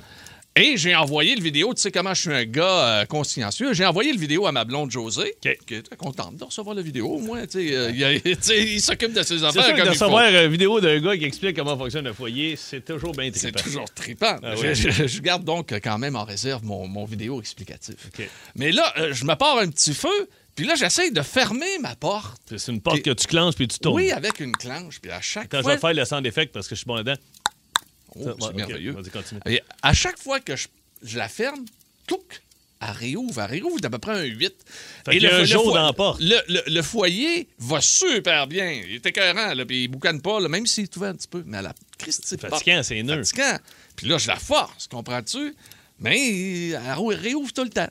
[SPEAKER 1] Et j'ai envoyé le vidéo, tu sais comment je suis un gars euh, consciencieux, j'ai envoyé le vidéo à ma blonde Josée, qui était contente de recevoir la vidéo, au moins, tu sais, euh, il y a- tu sais, il s'occupe de ses
[SPEAKER 2] C'est
[SPEAKER 1] affaires
[SPEAKER 2] sûr que
[SPEAKER 1] Ah, comme
[SPEAKER 2] de
[SPEAKER 1] il faut.
[SPEAKER 2] recevoir une vidéo d'un gars qui explique comment fonctionne un foyer, c'est toujours bien
[SPEAKER 1] C'est
[SPEAKER 2] trippant.
[SPEAKER 1] toujours trippant.
[SPEAKER 2] Ah
[SPEAKER 1] Je-
[SPEAKER 2] ouais.
[SPEAKER 1] je, je garde donc euh, quand même en réserve mon, mon vidéo explicatif.
[SPEAKER 2] OK.
[SPEAKER 1] Mais là, euh, je me pars un petit feu, puis là, j'essaye de fermer ma porte.
[SPEAKER 2] C'est une porte que tu clenches puis tu tournes.
[SPEAKER 1] Oui, avec une clenche, puis à chaque
[SPEAKER 2] Quand je
[SPEAKER 1] fois...
[SPEAKER 2] vais faire le sound effect parce que je suis bon là-dedans.
[SPEAKER 1] Oh,
[SPEAKER 2] Ça,
[SPEAKER 1] c'est
[SPEAKER 2] ouais, ok,
[SPEAKER 1] merveilleux.
[SPEAKER 2] vas-y, continue.
[SPEAKER 1] Et à chaque fois que je, je la ferme, touc, elle réouvre, elle réouvre d'à peu près un 8.
[SPEAKER 2] Fait qu'il y a un jaune
[SPEAKER 1] fo-
[SPEAKER 2] dans la porte.
[SPEAKER 1] Le, le- le foyer va super bien. Il est écœurant, là, puis il boucane pas, là, même s'il est ouvert un petit peu. Mais à la Christy,
[SPEAKER 2] C'est
[SPEAKER 1] porte,
[SPEAKER 2] fatigant, c'est nœud.
[SPEAKER 1] fatigant. Puis là, je la force, comprends-tu? Mais elle rou- réouvre tout le temps.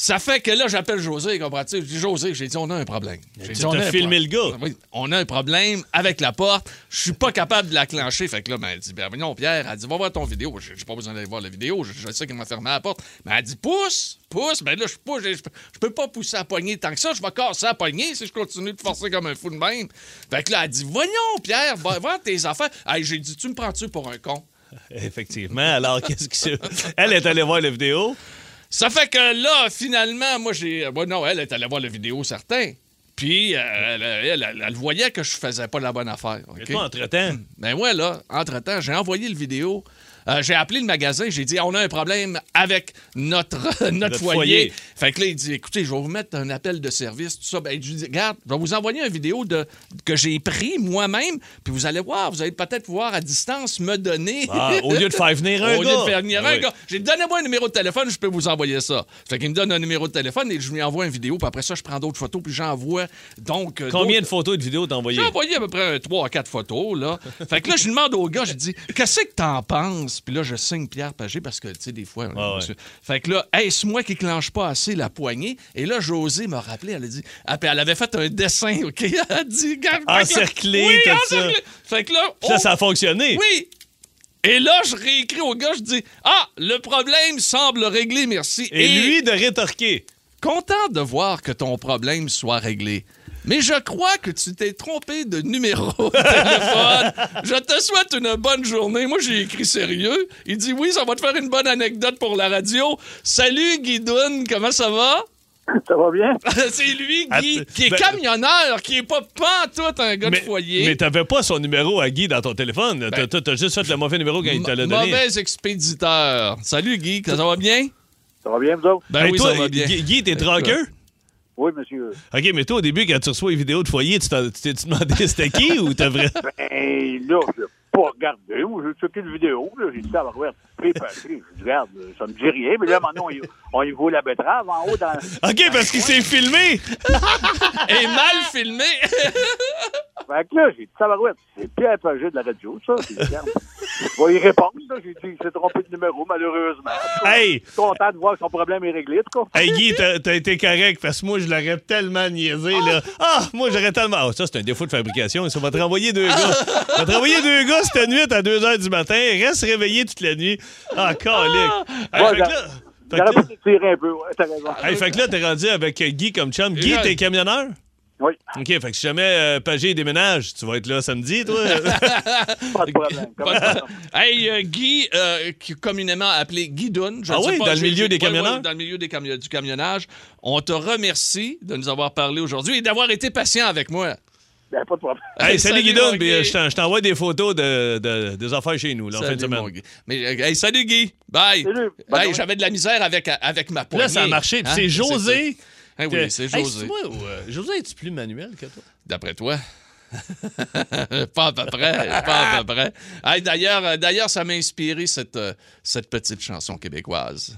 [SPEAKER 1] Ça fait que là, j'appelle José, comprends-tu? Je dis, José, j'ai dit, on a un problème. J'ai dit,
[SPEAKER 2] t'as
[SPEAKER 1] on a un
[SPEAKER 2] filmé
[SPEAKER 1] problème.
[SPEAKER 2] le gars.
[SPEAKER 1] Oui, on a un problème avec la porte. Je suis pas capable de la clencher. Fait que là, ben, elle dit, ben non, Pierre, elle dit, va voir ton vidéo. J'ai j'ai pas besoin d'aller voir la vidéo. Je, je sais comment fermer la porte. Mais elle dit, pousse, pousse. Ben là, je pousse. Je, je peux- je peux pas pousser à poignée tant que ça. Je vais casser à poignée si je continue de forcer comme un fou de même. Fait que là, elle dit, voyons, Pierre, va voir tes affaires. Hey, j'ai dit, tu me prends-tu pour un con?
[SPEAKER 2] Effectivement. Alors, qu'est-ce que c'est? Elle est allée voir la vidéo.
[SPEAKER 1] Ça fait que là, finalement, moi, j'ai. euh, bon, non, elle est allée voir la vidéo, certain. Puis, euh, elle, elle- elle- elle voyait que je faisais pas la bonne affaire.
[SPEAKER 2] Mais
[SPEAKER 1] OK?
[SPEAKER 2] toi, entre-temps,
[SPEAKER 1] Ben, ouais, là, entre-temps, j'ai envoyé le vidéo. euh, j'ai appelé le magasin, j'ai dit on a un problème avec notre, notre,
[SPEAKER 2] Notre
[SPEAKER 1] foyer.
[SPEAKER 2] foyer.
[SPEAKER 1] Fait que là, il dit écoutez, je vais vous mettre un appel de service, tout ça. Ben, je lui dis regarde, je vais vous envoyer une vidéo de, que j'ai pris moi-même, puis vous allez voir, vous allez peut-être pouvoir à distance me donner.
[SPEAKER 2] ah, au lieu de faire venir un
[SPEAKER 1] Au lieu
[SPEAKER 2] gars.
[SPEAKER 1] de faire venir
[SPEAKER 2] Ah
[SPEAKER 1] un
[SPEAKER 2] oui.
[SPEAKER 1] gars. J'ai dit, donnez-moi un numéro de téléphone, je peux vous envoyer ça. Fait qu'il me donne un numéro de téléphone et je lui envoie une vidéo, puis après ça, je prends d'autres photos, puis j'envoie donc. euh,
[SPEAKER 2] Combien de
[SPEAKER 1] d'autres-
[SPEAKER 2] photos et de vidéos t'as envoyées?
[SPEAKER 1] j'ai envoyé à peu près un 3 à 4 photos, là. Fait que là, je demande au gars, je dis, qu'est-ce que t'en penses? Puis là, je signe Pierre Pagé parce que, tu sais, des fois. on est
[SPEAKER 2] Ah ouais.
[SPEAKER 1] monsieur. Fait que là, est-ce moi qui clenche pas assez la poignée? Et là, José m'a rappelé, elle a dit, ah, puis elle avait fait un dessin, OK? Elle a dit, Garde-
[SPEAKER 2] Ah, Encerclé,
[SPEAKER 1] oui,
[SPEAKER 2] tout
[SPEAKER 1] encerclé. Fait que là,
[SPEAKER 2] Puis Ça,
[SPEAKER 1] oh,
[SPEAKER 2] ça a fonctionné.
[SPEAKER 1] oui! Et là, je réécris au gars, je dis Ah, le problème semble réglé, merci.
[SPEAKER 2] Et, lui, de rétorquer.
[SPEAKER 1] Content de voir que ton problème soit réglé. Mais je crois que tu t'es trompé de numéro de téléphone. Je te souhaite une bonne journée. Moi, j'ai écrit sérieux. Il dit Oui, ça va te faire une bonne anecdote pour la radio. Salut, Guidoun, comment ça va?
[SPEAKER 3] Ça va bien?
[SPEAKER 1] C'est lui, Guy,
[SPEAKER 2] Att-
[SPEAKER 1] qui est
[SPEAKER 2] ben-
[SPEAKER 1] camionneur, qui est pas pantoute un gars
[SPEAKER 2] Mais,
[SPEAKER 1] de foyer.
[SPEAKER 2] mais t'avais pas son numéro à Guy dans ton téléphone. T'as- T'as t'as juste fait le mauvais numéro quand il te l'a
[SPEAKER 1] Ben. M-
[SPEAKER 2] donné.
[SPEAKER 1] Mauvais expéditeur. Salut, Guy, ça va bien?
[SPEAKER 3] Ça va bien, vous autres?
[SPEAKER 1] Ben
[SPEAKER 2] Hey,
[SPEAKER 1] oui,
[SPEAKER 2] toi,
[SPEAKER 1] ça va bien.
[SPEAKER 2] Guy, Guy, t'es traqueur?
[SPEAKER 3] Oui, monsieur.
[SPEAKER 2] OK, mais toi, au début, quand tu reçois les vidéos de foyer, tu t'en- tu t'es demandé c'était qui ou t'as vrai?
[SPEAKER 3] Ben, là, je l'ai pas regardé. Moi, J'ai checké une vidéo. là. J'ai dit, ça va ouais, préparé. Je dis, regarde, ça me dit rien. Mais là, maintenant, on y, on y vaut la betterave en haut dans.
[SPEAKER 2] OK, parce qu'il s'est filmé!
[SPEAKER 1] Et mal filmé.
[SPEAKER 3] Fait que là, j'ai dit, ça va ouais, c'est Pierre Pagé de la radio, ça. J'ai dit, regarde, je vais y répondre. là. J'ai dit, il s'est trompé de numéro, malheureusement.
[SPEAKER 2] Hey!
[SPEAKER 3] Je suis content de voir que son problème est réglé, en tout cas.
[SPEAKER 2] Hey Guy, t'as t'as été correct parce que moi, je l'aurais tellement niaisé, là. Ah, moi, j'aurais tellement. Ah, ça, c'est un défaut de fabrication. Ça va te renvoyer deux gars. On va te renvoyer deux gars cette nuit à 2 h du matin. Reste réveillé toute la nuit. Ah, calique. Hey,
[SPEAKER 3] Ouais,
[SPEAKER 2] fait que
[SPEAKER 3] j'a-
[SPEAKER 2] là- fait que
[SPEAKER 3] J'aurais
[SPEAKER 2] là-
[SPEAKER 3] pu tirer un peu, ouais, t'as raison.
[SPEAKER 2] Hey, fait que là, t'es rendu avec euh, Guy comme chum. Guy,
[SPEAKER 1] là-
[SPEAKER 2] t'es camionneur?
[SPEAKER 3] Oui,
[SPEAKER 2] OK, fait que si jamais euh, Pagé déménage, tu vas être là samedi, toi?
[SPEAKER 3] pas de problème. Comme ça.
[SPEAKER 1] hey, euh, Guy, euh, qui est communément appelé Guidoun. je
[SPEAKER 2] Ah
[SPEAKER 1] ne sais
[SPEAKER 2] oui,
[SPEAKER 1] pas,
[SPEAKER 2] dans le
[SPEAKER 1] j'ai-
[SPEAKER 2] milieu
[SPEAKER 1] j'ai-
[SPEAKER 2] des
[SPEAKER 1] ouais,
[SPEAKER 2] camionneurs?
[SPEAKER 1] ouais, dans le milieu des camio- du camionnage. On te remercie de nous avoir parlé aujourd'hui et d'avoir été patient avec moi.
[SPEAKER 3] Ben, pas de problème.
[SPEAKER 2] hey, salut,
[SPEAKER 1] Salut,
[SPEAKER 2] Guidon.
[SPEAKER 1] mon
[SPEAKER 2] puis, euh,
[SPEAKER 1] Guy.
[SPEAKER 2] Je t'en- je t'envoie des photos de, de- des affaires chez nous, là, en fin de
[SPEAKER 1] Salut,
[SPEAKER 2] semaine.
[SPEAKER 1] mon Guy. Mais, euh, hey, salut, Guy. Bye.
[SPEAKER 3] Salut.
[SPEAKER 1] Hey,
[SPEAKER 3] Bonne journée.
[SPEAKER 1] J'avais de la misère avec, avec ma poignée.
[SPEAKER 2] Là, ça a marché. puis
[SPEAKER 1] Hein?
[SPEAKER 2] C'est José.
[SPEAKER 1] Eh oui, c'est
[SPEAKER 2] Hey,
[SPEAKER 1] José.
[SPEAKER 2] moi ou, euh, José, es-tu plus manuel que toi?
[SPEAKER 1] D'après toi? pas à peu près, pas à peu près. Hey, d'ailleurs, euh, d'ailleurs, ça m'a inspiré cette, euh, cette petite chanson québécoise.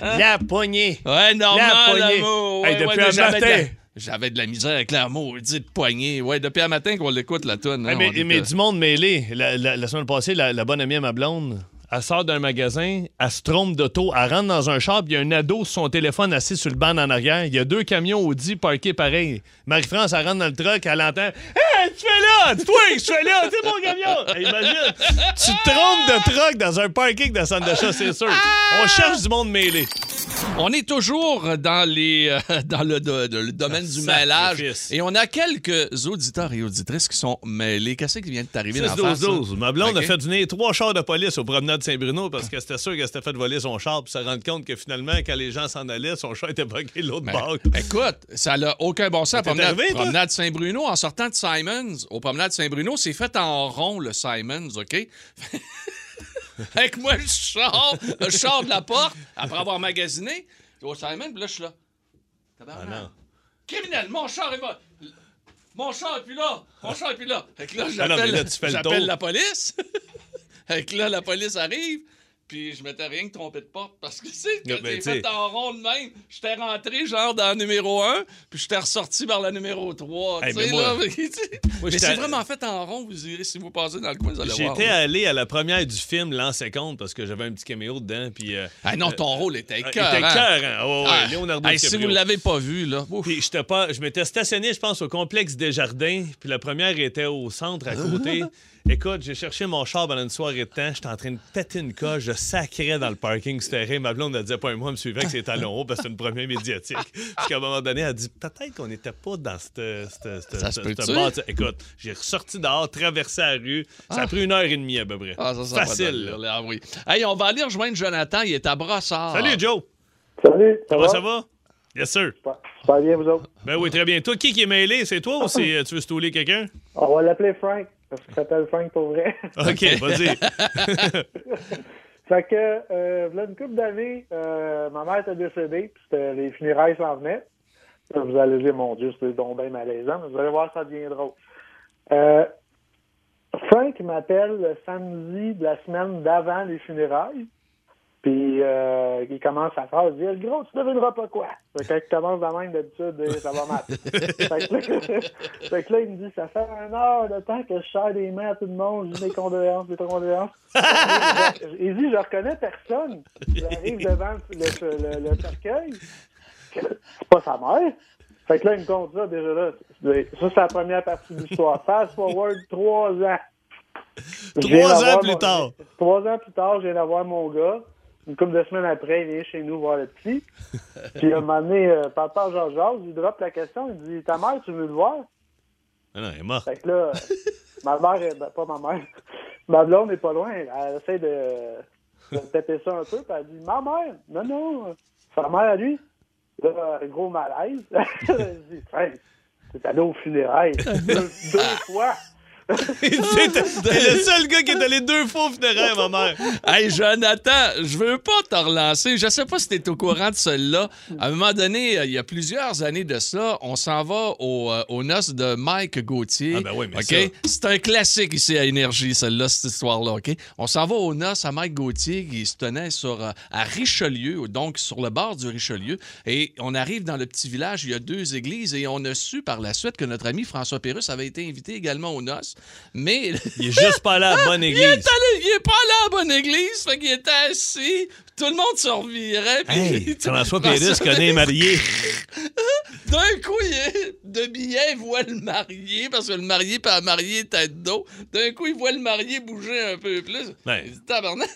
[SPEAKER 1] Hein?
[SPEAKER 2] La poignée.
[SPEAKER 1] Ouais, normal,
[SPEAKER 2] poignée.
[SPEAKER 1] l'amour.
[SPEAKER 2] Hey,
[SPEAKER 1] Ouais,
[SPEAKER 2] depuis
[SPEAKER 1] ouais,
[SPEAKER 2] un
[SPEAKER 1] mais j'avais de
[SPEAKER 2] matin.
[SPEAKER 1] la- J'avais de la misère avec la maudite poignée. Ouais, depuis un matin qu'on l'écoute, la toune. hein, on
[SPEAKER 2] Ah, mais
[SPEAKER 1] est,
[SPEAKER 2] mais
[SPEAKER 1] euh,
[SPEAKER 2] du monde mêlé. La, la- la semaine passée, la, la bonne amie à ma blonde, elle sort d'un magasin, elle se trompe d'auto, elle rentre dans un char, puis il y a un ado sur son téléphone assis sur le banc en arrière. Il y a deux camions Audi parqués pareil. Marie-France, elle rentre dans le truck, elle entend Hey, tu fais là Toi, je fais là C'est mon camion Hey, Imagine, tu te trompes de truck dans un parking de centre d'achat, c'est sûr. On cherche du monde mêlé.
[SPEAKER 1] On est toujours dans, les, euh, dans le, de- de- le domaine du mêlage.
[SPEAKER 2] sacrifice.
[SPEAKER 1] Et on a quelques auditeurs et auditrices qui sont mêlés. Qu'est-ce qui vient de t'arriver dans la face? hein.
[SPEAKER 2] 6-12-12. Ma blonde
[SPEAKER 1] Ok.
[SPEAKER 2] a fait venir trois chars de police au promenade Saint-Bruno parce que c'était sûr qu'elle s'était fait voler son char. Puis se rendre compte que finalement, quand les gens s'en allaient, son char était bugué de l'autre
[SPEAKER 1] Ben,
[SPEAKER 2] bord.
[SPEAKER 1] écoute, ça n'a aucun bon sens.
[SPEAKER 2] t'es
[SPEAKER 1] Promenade,
[SPEAKER 2] arrivé, toi?
[SPEAKER 1] promenade Saint-Bruno, en sortant de Simons, au promenade Saint-Bruno, c'est fait en rond, le Simons, OK? Avec moi, je sors, je sors de la porte après avoir magasiné. Au Simons, puis là, je suis là. Tabarnak.
[SPEAKER 2] Ah, non.
[SPEAKER 1] Criminel, mon char est pas- Mon char est plus là! Mon char est plus là! Fait que là,
[SPEAKER 2] Ah non, mais
[SPEAKER 1] j'appelle
[SPEAKER 2] là, tu fais le
[SPEAKER 1] j'appelle
[SPEAKER 2] tour.
[SPEAKER 1] la police. fait que là, la police arrive. Puis je m'étais rien que trompé de porte parce que c'est
[SPEAKER 2] Ah,
[SPEAKER 1] que
[SPEAKER 2] ben,
[SPEAKER 1] t'es fait
[SPEAKER 2] t'sais.
[SPEAKER 1] en rond de même. J'étais rentré genre dans le numéro 1, puis j'étais ressorti par la numéro 3.
[SPEAKER 2] Hey,
[SPEAKER 1] tu sais,
[SPEAKER 2] mais moi-
[SPEAKER 1] là, mais tu sais. mais
[SPEAKER 2] j'étais-
[SPEAKER 1] c'est vraiment fait en rond, vous irez si vous passez dans le coin, vous allez voir.
[SPEAKER 2] J'étais
[SPEAKER 1] là.
[SPEAKER 2] allé à la première du film L'an 50 parce que j'avais un petit caméo dedans. Puis, euh,
[SPEAKER 1] Ah non, ton rôle était
[SPEAKER 2] euh, il
[SPEAKER 1] écœurant.
[SPEAKER 2] était écœurant. Ouais, ouais,
[SPEAKER 1] Ah,
[SPEAKER 2] Leonardo
[SPEAKER 1] hey, si vous
[SPEAKER 2] DiCaprio.
[SPEAKER 1] l'avez pas vu, là. ouf.
[SPEAKER 2] Puis j'étais pas, je m'étais stationné, je pense, au complexe des jardins. Puis la première était au centre à côté. Écoute, j'ai cherché mon char pendant une soirée de temps. J'étais en train de péter une coche. Je sacrais dans le parking souterrain. Ma blonde, elle disait pas un mot, elle me suivait avec ses talons hauts parce que c'est une première médiatique. Puis qu'à un moment donné, elle dit peut-être qu'on n'était pas dans cette. cette, cette-
[SPEAKER 1] Ça se
[SPEAKER 2] cette-
[SPEAKER 1] peut-tu?
[SPEAKER 2] cette bâtisse. Écoute, j'ai ressorti dehors, traversé la rue. Ça
[SPEAKER 1] Ah.
[SPEAKER 2] a pris une heure et demie à peu près.
[SPEAKER 1] Ah, ça, ça va
[SPEAKER 2] Facile.
[SPEAKER 1] donner,
[SPEAKER 2] là.
[SPEAKER 1] là, ah oui. Hey, on va aller rejoindre Jonathan, il est à Brossard.
[SPEAKER 2] Salut, Joe.
[SPEAKER 7] Salut, ça
[SPEAKER 2] Comment
[SPEAKER 7] va?
[SPEAKER 2] ça va? Yes, sir.
[SPEAKER 7] Ça va bien, vous autres?
[SPEAKER 2] Ben oui, très bien. Toi, qui, qui est mêlé? C'est toi ou c'est, euh, tu veux stouler quelqu'un?
[SPEAKER 7] On va l'appeler Frank, parce qu'il s'appelle Frank pour vrai.
[SPEAKER 2] OK, vas-y.
[SPEAKER 7] fait que, euh, voilà une couple d'années, euh, ma mère était décédée, puis c'était- les funérailles s'en venaient. Là, vous allez dire, mon Dieu, c'est donc bien malaisant, mais vous allez voir, ça devient drôle. Euh, Frank m'appelle le samedi de la semaine d'avant les funérailles. Puis euh, il commence à faire, il dit, le gros, tu devineras pas quoi. Fait que quand il commence de même, d'habitude, eh, ça va mal. fait, que là, fait que là, il me dit, ça fait un heure de temps que je sers des mains à tout le monde, j'ai des condoléances, des condoléances. il dit, je reconnais personne. J'arrive devant le, le, le cercueil. C'est pas sa mère. Fait que là, il me compte ça, déjà là. Ça, c'est la première partie de l'histoire. Fast forward trois ans. Je viens
[SPEAKER 2] Trois ans
[SPEAKER 7] d'avoir
[SPEAKER 2] plus
[SPEAKER 7] mon-
[SPEAKER 2] tard.
[SPEAKER 7] Trois ans plus tard, je viens d'avoir mon gars. Une couple de semaines après, il vient chez nous voir le petit. Puis à un moment donné, euh, papa Jean-Jacques, il drop la question. Il dit Ta mère, tu veux le voir
[SPEAKER 2] Ah non, elle est morte.
[SPEAKER 7] Fait que là, ma mère, est- ben, pas ma mère, ma blonde n'est pas loin. Elle essaie de, de péter ça un peu. Puis elle dit Ma mère, non, non, sa mère à lui. Là, gros malaise. Elle dit Hey, t'es allé au funérailles deux, deux fois.
[SPEAKER 2] T'es t'es le seul gars qui est allé deux fois au funéraire, ma mère.
[SPEAKER 1] Hey Jonathan, je veux pas te relancer. Je sais pas si tu es au courant de celle-là. À un moment donné, euh, il y a plusieurs années de ça, on s'en va au, euh, aux noces de Mike Gauthier.
[SPEAKER 2] Ah ben oui, mais
[SPEAKER 1] OK?
[SPEAKER 2] ça-
[SPEAKER 1] C'est un classique ici à Énergie, celle-là, cette histoire-là. OK? On s'en va aux noces à Mike Gauthier qui se tenait sur, euh, à Richelieu, donc sur le bord du Richelieu. Et on arrive dans le petit village, il y a deux églises et on a su par la suite que notre ami François Pérusse avait été invité également aux noces. Mais
[SPEAKER 2] Il est juste pas allé à la bonne
[SPEAKER 1] il est, allé,
[SPEAKER 2] église.
[SPEAKER 1] il est pas allé à la bonne église, fait qu'il était assis, tout le monde se revirait. puis-
[SPEAKER 2] Hey, François
[SPEAKER 1] Parce-
[SPEAKER 2] Pérus connaît marié.
[SPEAKER 1] D'un coup, il est- de billet voit le marié, parce que le marié par marié tête d'eau. D'un coup, il voit le marié bouger un peu plus.
[SPEAKER 2] Ben.
[SPEAKER 1] Il dit, Tabarnak!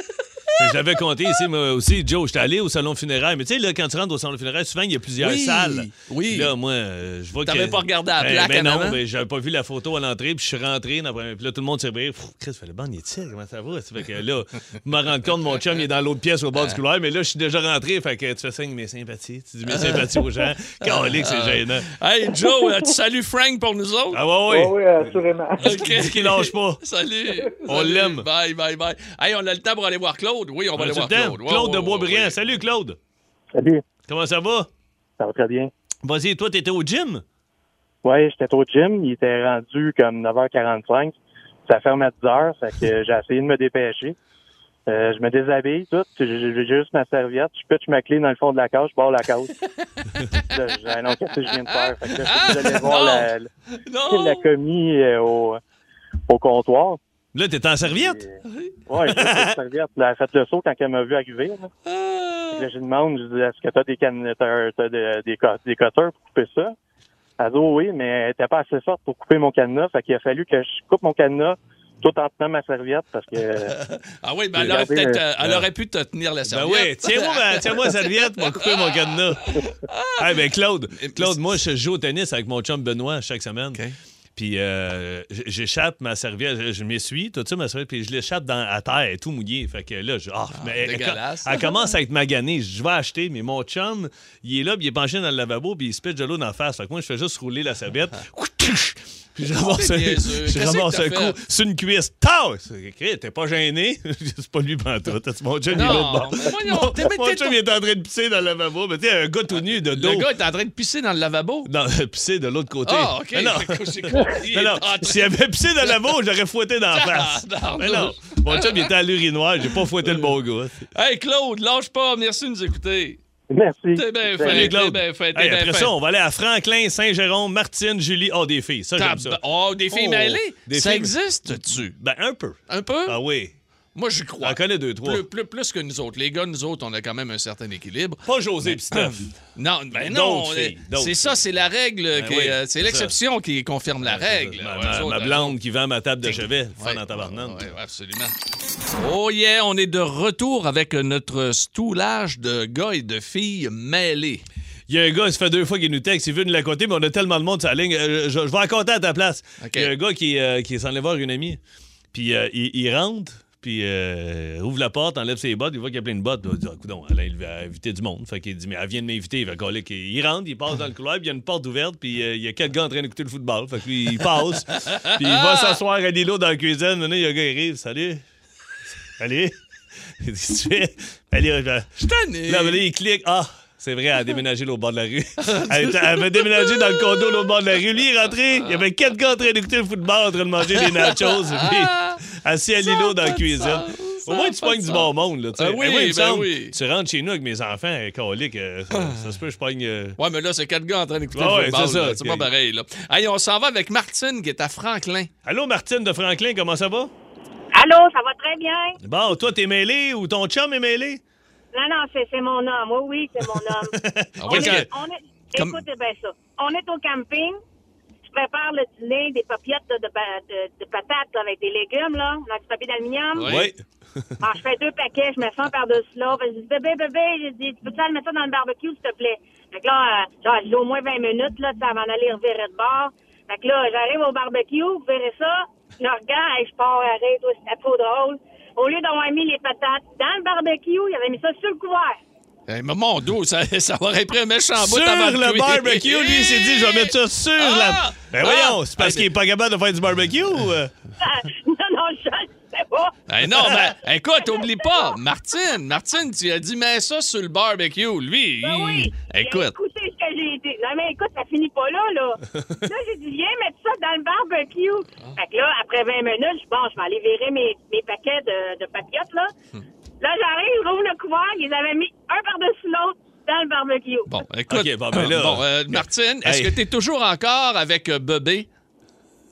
[SPEAKER 2] J'avais compté ici, moi aussi, Joe. J'étais allé au salon funéraire. Mais tu sais, là, quand tu rentres au salon funéraire, souvent, il y a plusieurs
[SPEAKER 1] Oui,
[SPEAKER 2] salles.
[SPEAKER 1] oui.
[SPEAKER 2] Puis Là, moi, euh, je vois que.
[SPEAKER 1] T'avais pas regardé la
[SPEAKER 2] Ben,
[SPEAKER 1] plaque
[SPEAKER 2] ben
[SPEAKER 1] en
[SPEAKER 2] non,
[SPEAKER 1] avant? hein?
[SPEAKER 2] ben, j'avais pas vu la photo à l'entrée. Puis je suis rentré. dans la première- Puis là, tout le monde s'est réveillé. Pfff, Chris, fait le ban, il est tiré. Comment ça va? Ça fait que là, je me rends compte, mon chum, il est dans l'autre pièce au bord
[SPEAKER 1] Ah.
[SPEAKER 2] du couloir. Mais là, je suis déjà rentré. Fait que tu fais signe mes sympathies. Tu dis
[SPEAKER 1] Ah.
[SPEAKER 2] mes sympathies aux gens. Calique, c'est gênant.
[SPEAKER 1] Hey, Joe, euh, tu salues Frank pour nous autres?
[SPEAKER 2] Ah ouais, ouais.
[SPEAKER 7] Ah oui, assurément.
[SPEAKER 1] Ok.
[SPEAKER 2] Dis qu'il lâche pas.
[SPEAKER 1] Salut!
[SPEAKER 2] On
[SPEAKER 1] Salut.
[SPEAKER 2] l'aime.
[SPEAKER 1] Bye, bye, bye. Hey, on a le temps pour aller voir Claude. Oui, on va
[SPEAKER 2] On a
[SPEAKER 1] aller
[SPEAKER 2] tout
[SPEAKER 1] voir
[SPEAKER 2] le temps.
[SPEAKER 1] Claude.
[SPEAKER 2] Claude,
[SPEAKER 1] Ouais, ouais,
[SPEAKER 2] de
[SPEAKER 1] ouais,
[SPEAKER 2] Boisbriand.
[SPEAKER 1] ouais.
[SPEAKER 2] Salut, Claude.
[SPEAKER 7] Salut,
[SPEAKER 2] Comment ça va?
[SPEAKER 7] ça va très bien.
[SPEAKER 2] Vas-y, toi, t'étais au gym?
[SPEAKER 7] Oui, j'étais au gym. Il était rendu comme 9h45. Ça ferme à 10h, fait que j'ai essayé de me dépêcher. Euh, je me déshabille, tout. J'ai- J'ai j'ai juste ma serviette. Je pitche ma clé dans le fond de la cage. Je barre la cage. là, j'ai dit, non, qu'est-ce que je viens de faire? Fait que là, je suis allé voir
[SPEAKER 1] Non!
[SPEAKER 7] la, la,
[SPEAKER 1] Non!
[SPEAKER 7] la commis euh, au, au comptoir.
[SPEAKER 2] Là, t'étais en serviette?
[SPEAKER 7] Ouais, j'ai pris la serviette. Là, Elle a fait le saut quand elle m'a vu arriver. Là.
[SPEAKER 1] Ah.
[SPEAKER 7] Fait que Là, je lui demande, je dis, est-ce que t'as des cannes, t'as, t'as de- des, co- des cutters pour couper ça? Elle dit, Oh oui, mais elle était pas assez forte pour couper mon cadenas. Fait qu'il a fallu que je coupe mon cadenas,
[SPEAKER 8] tout en tenant ma serviette parce que. euh,
[SPEAKER 1] Ah oui, mais
[SPEAKER 8] J'ai
[SPEAKER 1] elle aurait,
[SPEAKER 8] gardé
[SPEAKER 1] peut-être,
[SPEAKER 8] le-
[SPEAKER 1] euh, elle aurait pu te tenir la
[SPEAKER 2] Ben
[SPEAKER 1] serviette.
[SPEAKER 2] oui, tiens-moi ma, tiens la serviette, m'a coupé mon cadenas.
[SPEAKER 1] Ah!
[SPEAKER 2] hey, ben Claude, Claude, moi, je joue au tennis avec mon chum Benoît chaque semaine. Puis euh, j- j'échappe ma serviette, je, je m'essuie, tout ça, ma serviette, puis je l'échappe dans, à terre, elle est tout mouillé. Fait que là, je. ah, mais elle- elle-
[SPEAKER 1] dégueulasse.
[SPEAKER 2] Elle, commence à être maganée, je vais acheter, mais mon chum, il est là, puis il est penché dans le lavabo, puis il se pète de l'eau dans la face. Fait que moi, je fais juste rouler la serviette. Puis je ramasse
[SPEAKER 1] Ah. C'est
[SPEAKER 2] un,
[SPEAKER 1] niaiseux.
[SPEAKER 2] je
[SPEAKER 1] Qu'est-ce que
[SPEAKER 2] ramasse
[SPEAKER 1] t'as
[SPEAKER 2] un
[SPEAKER 1] fait?
[SPEAKER 2] coup sur une cuisse. Tao! T'es pas gêné? C'est pas lui pantoute. C'est mon chum, il est
[SPEAKER 1] Non,
[SPEAKER 2] l'autre bord.
[SPEAKER 1] mais voyons,
[SPEAKER 2] Mon,
[SPEAKER 1] t'es- mais
[SPEAKER 2] mon
[SPEAKER 1] t'es-
[SPEAKER 2] chum, il est en train de pisser dans le lavabo. Mais tu sais, un gars tout nu de dos.
[SPEAKER 1] Le gars est en train de pisser dans le lavabo.
[SPEAKER 2] Non, pisser de l'autre côté.
[SPEAKER 1] Ah, OK.
[SPEAKER 2] Mais non.
[SPEAKER 1] J'ai compris.
[SPEAKER 2] Mais non,
[SPEAKER 1] Ah,
[SPEAKER 2] s'il avait pissé dans le lavabo, j'aurais fouetté dans la face.
[SPEAKER 1] Tabarnouche.
[SPEAKER 2] Mais non, mon chum, il était à l'urinoir, j'ai pas fouetté le bon gars.
[SPEAKER 1] Hey, Claude, lâche pas. Merci de nous écouter.
[SPEAKER 8] merci.
[SPEAKER 1] T'es bien
[SPEAKER 2] Salut,
[SPEAKER 1] fait. T'es
[SPEAKER 2] Claude.
[SPEAKER 1] bien fait. T'es
[SPEAKER 2] Hey,
[SPEAKER 1] bien ben,
[SPEAKER 2] après
[SPEAKER 1] fait.
[SPEAKER 2] ça, on va aller à Franklin, Saint-Jérôme, Martine, Julie. Oh, des filles, ça, j'aime ça.
[SPEAKER 1] Tab- Oh, des filles
[SPEAKER 2] Oh,
[SPEAKER 1] mêlées.
[SPEAKER 2] des
[SPEAKER 1] ça
[SPEAKER 2] filles-
[SPEAKER 1] existe-tu?
[SPEAKER 2] Ben, un peu.
[SPEAKER 1] Un peu?
[SPEAKER 2] Ah oui,
[SPEAKER 1] Moi, j'y
[SPEAKER 2] on
[SPEAKER 1] crois.
[SPEAKER 2] connaît deux, trois.
[SPEAKER 1] Plus, plus, plus que nous autres. Les gars, nous autres, on a quand même un certain équilibre.
[SPEAKER 2] Pas José Pistov.
[SPEAKER 1] Non, ben non.
[SPEAKER 2] D'autres filles, d'autres
[SPEAKER 1] C'est ça,
[SPEAKER 2] filles. Ben
[SPEAKER 1] c'est la règle. qui est,
[SPEAKER 2] oui,
[SPEAKER 1] euh,
[SPEAKER 2] c'est
[SPEAKER 1] c'est
[SPEAKER 2] ça. Ben,
[SPEAKER 1] l'exception qui confirme la règle.
[SPEAKER 2] Ma,
[SPEAKER 1] Ouais,
[SPEAKER 2] ma-
[SPEAKER 1] nous
[SPEAKER 2] ma
[SPEAKER 1] autres, euh,
[SPEAKER 2] blonde qui vend ma table de chevet, le fun
[SPEAKER 1] Ouais,
[SPEAKER 2] en tabarnane.
[SPEAKER 1] ouais, ouais, absolument. Oh yeah, on est de retour avec notre stoulage de gars et de filles mêlés.
[SPEAKER 2] Il y a un gars, ça fait deux fois qu'il nous texte, il veut nous la compter, mais on a tellement de monde sur la ligne. Euh, Je, je vais la compter à ta place.
[SPEAKER 1] OK.
[SPEAKER 2] Il y a un gars qui, euh, qui est allé voir une amie, puis euh, il, il rentre, puis euh, ouvre la porte, enlève ses bottes, il voit qu'il y a plein de bottes. Il dit, ah, coudonc, elle a élevé- elle a invité du monde. Fait qu'il dit, mais elle vient de m'inviter. Fait qu'on l'a- qu'il- il rentre, il passe dans le couloir, puis il y a une porte ouverte, puis euh, il y a quatre gars en train d'écouter le football. Fait que lui, il passe, puis il va s'asseoir à l'îlot dans la cuisine. Maintenant, il y a un gars qui arrive, salut. Salut. Il dit, Qu'est-ce que tu fais? Allez, euh, je-
[SPEAKER 1] Je t'en ai.
[SPEAKER 2] Là, mais là, il clique. Ah! C'est vrai, elle a déménagé là, au bord de la rue. Elle, était- elle avait déménagé dans le condo là, au bord de la rue. Lui, il est rentré. Il y avait quatre gars en train d'écouter le football, en train de manger des nachos. Puis, assis à l'îlot dans la cuisine. Au moins, tu pognes du bon monde. Là, tu sais.
[SPEAKER 1] Ah oui,
[SPEAKER 2] Eh il me
[SPEAKER 1] ben
[SPEAKER 2] semble,
[SPEAKER 1] oui. Ah.
[SPEAKER 2] Tu rentres chez nous avec mes enfants, eh, colique. euh, ça, ça se peut, je pogne. euh,
[SPEAKER 1] Ouais, mais là, c'est quatre gars en train d'écouter
[SPEAKER 2] Ah
[SPEAKER 1] le
[SPEAKER 2] ouais,
[SPEAKER 1] football,
[SPEAKER 2] c'est ça.
[SPEAKER 1] là. C'est pas
[SPEAKER 2] Ok.
[SPEAKER 1] pareil, là. Allez, on s'en va avec Martine, qui est à Franklin.
[SPEAKER 2] Allô, Martine de Franklin, comment ça va?
[SPEAKER 7] Allô, ça va très bien?
[SPEAKER 2] Bon, toi, t'es mêlé ou ton chum est mêlé?
[SPEAKER 7] Non, non, c'est c'est mon homme. Oui, oui, c'est mon homme.
[SPEAKER 1] Ah
[SPEAKER 7] On
[SPEAKER 1] oui, parce
[SPEAKER 7] est-
[SPEAKER 1] que-
[SPEAKER 7] on est-
[SPEAKER 1] Comme-
[SPEAKER 7] Écoutez bien ça. On est au camping. Je prépare le dîner, des papillotes de, de, de- de patates là, avec des légumes, là, dans du papier d'aluminium.
[SPEAKER 1] Oui.
[SPEAKER 2] Ouais.
[SPEAKER 7] Alors, je fais deux paquets, je mets ça un par-dessus l'autre. Je dis, bébé, bébé, j'ai dit, tu peux-tu aller mettre ça dans le barbecue, s'il te plaît? Fait que là, euh, genre, j'ai au moins 20 minutes, là, tu sais, avant d'aller revirer de bord. Fait que là, j'arrive au barbecue, vous verrez ça. Je le regarde, et je pars, arrête, toi, c'était trop drôle. Au lieu d'avoir mis les patates dans le barbecue, il avait mis ça sur le couvert.
[SPEAKER 1] Hey, mais mon dos, ça, ça aurait pris un méchant bout
[SPEAKER 2] Sur
[SPEAKER 1] avant de
[SPEAKER 2] le
[SPEAKER 1] cuire.
[SPEAKER 2] barbecue, lui, il s'est dit, je vais mettre ça sur
[SPEAKER 1] Ah!
[SPEAKER 2] la. Ben
[SPEAKER 1] Ah!
[SPEAKER 2] voyons, c'est parce
[SPEAKER 1] Ah,
[SPEAKER 2] qu'il est pas capable de faire du barbecue ou. euh?
[SPEAKER 7] Ah, non, non, je le sais pas.
[SPEAKER 1] Hey, non, mais écoute, oublie pas, Martine, Martine, tu as dit, mets ça sur le barbecue. Lui,
[SPEAKER 7] Ben
[SPEAKER 2] Hum,
[SPEAKER 1] il-
[SPEAKER 7] oui. J'ai
[SPEAKER 1] écoute.
[SPEAKER 7] écouté ce que j'ai dit. Non, mais écoute, ça finit pas là, là. là, j'ai dit, viens mettre ça dans le barbecue.
[SPEAKER 2] Ah.
[SPEAKER 7] Fait que là, après 20 minutes, je dis, bon, je vais aller virer mes, mes paquets de, de papillotes, là.
[SPEAKER 2] Hum.
[SPEAKER 7] Là, j'arrive, je rouvre le couvert, ils avaient mis un par-dessus l'autre dans le barbecue.
[SPEAKER 1] Bon, écoute.
[SPEAKER 2] Ok, bon, ben là-
[SPEAKER 1] Bon, euh, Martine, est-ce
[SPEAKER 2] Hey.
[SPEAKER 1] que t'es toujours encore avec euh, Bébé?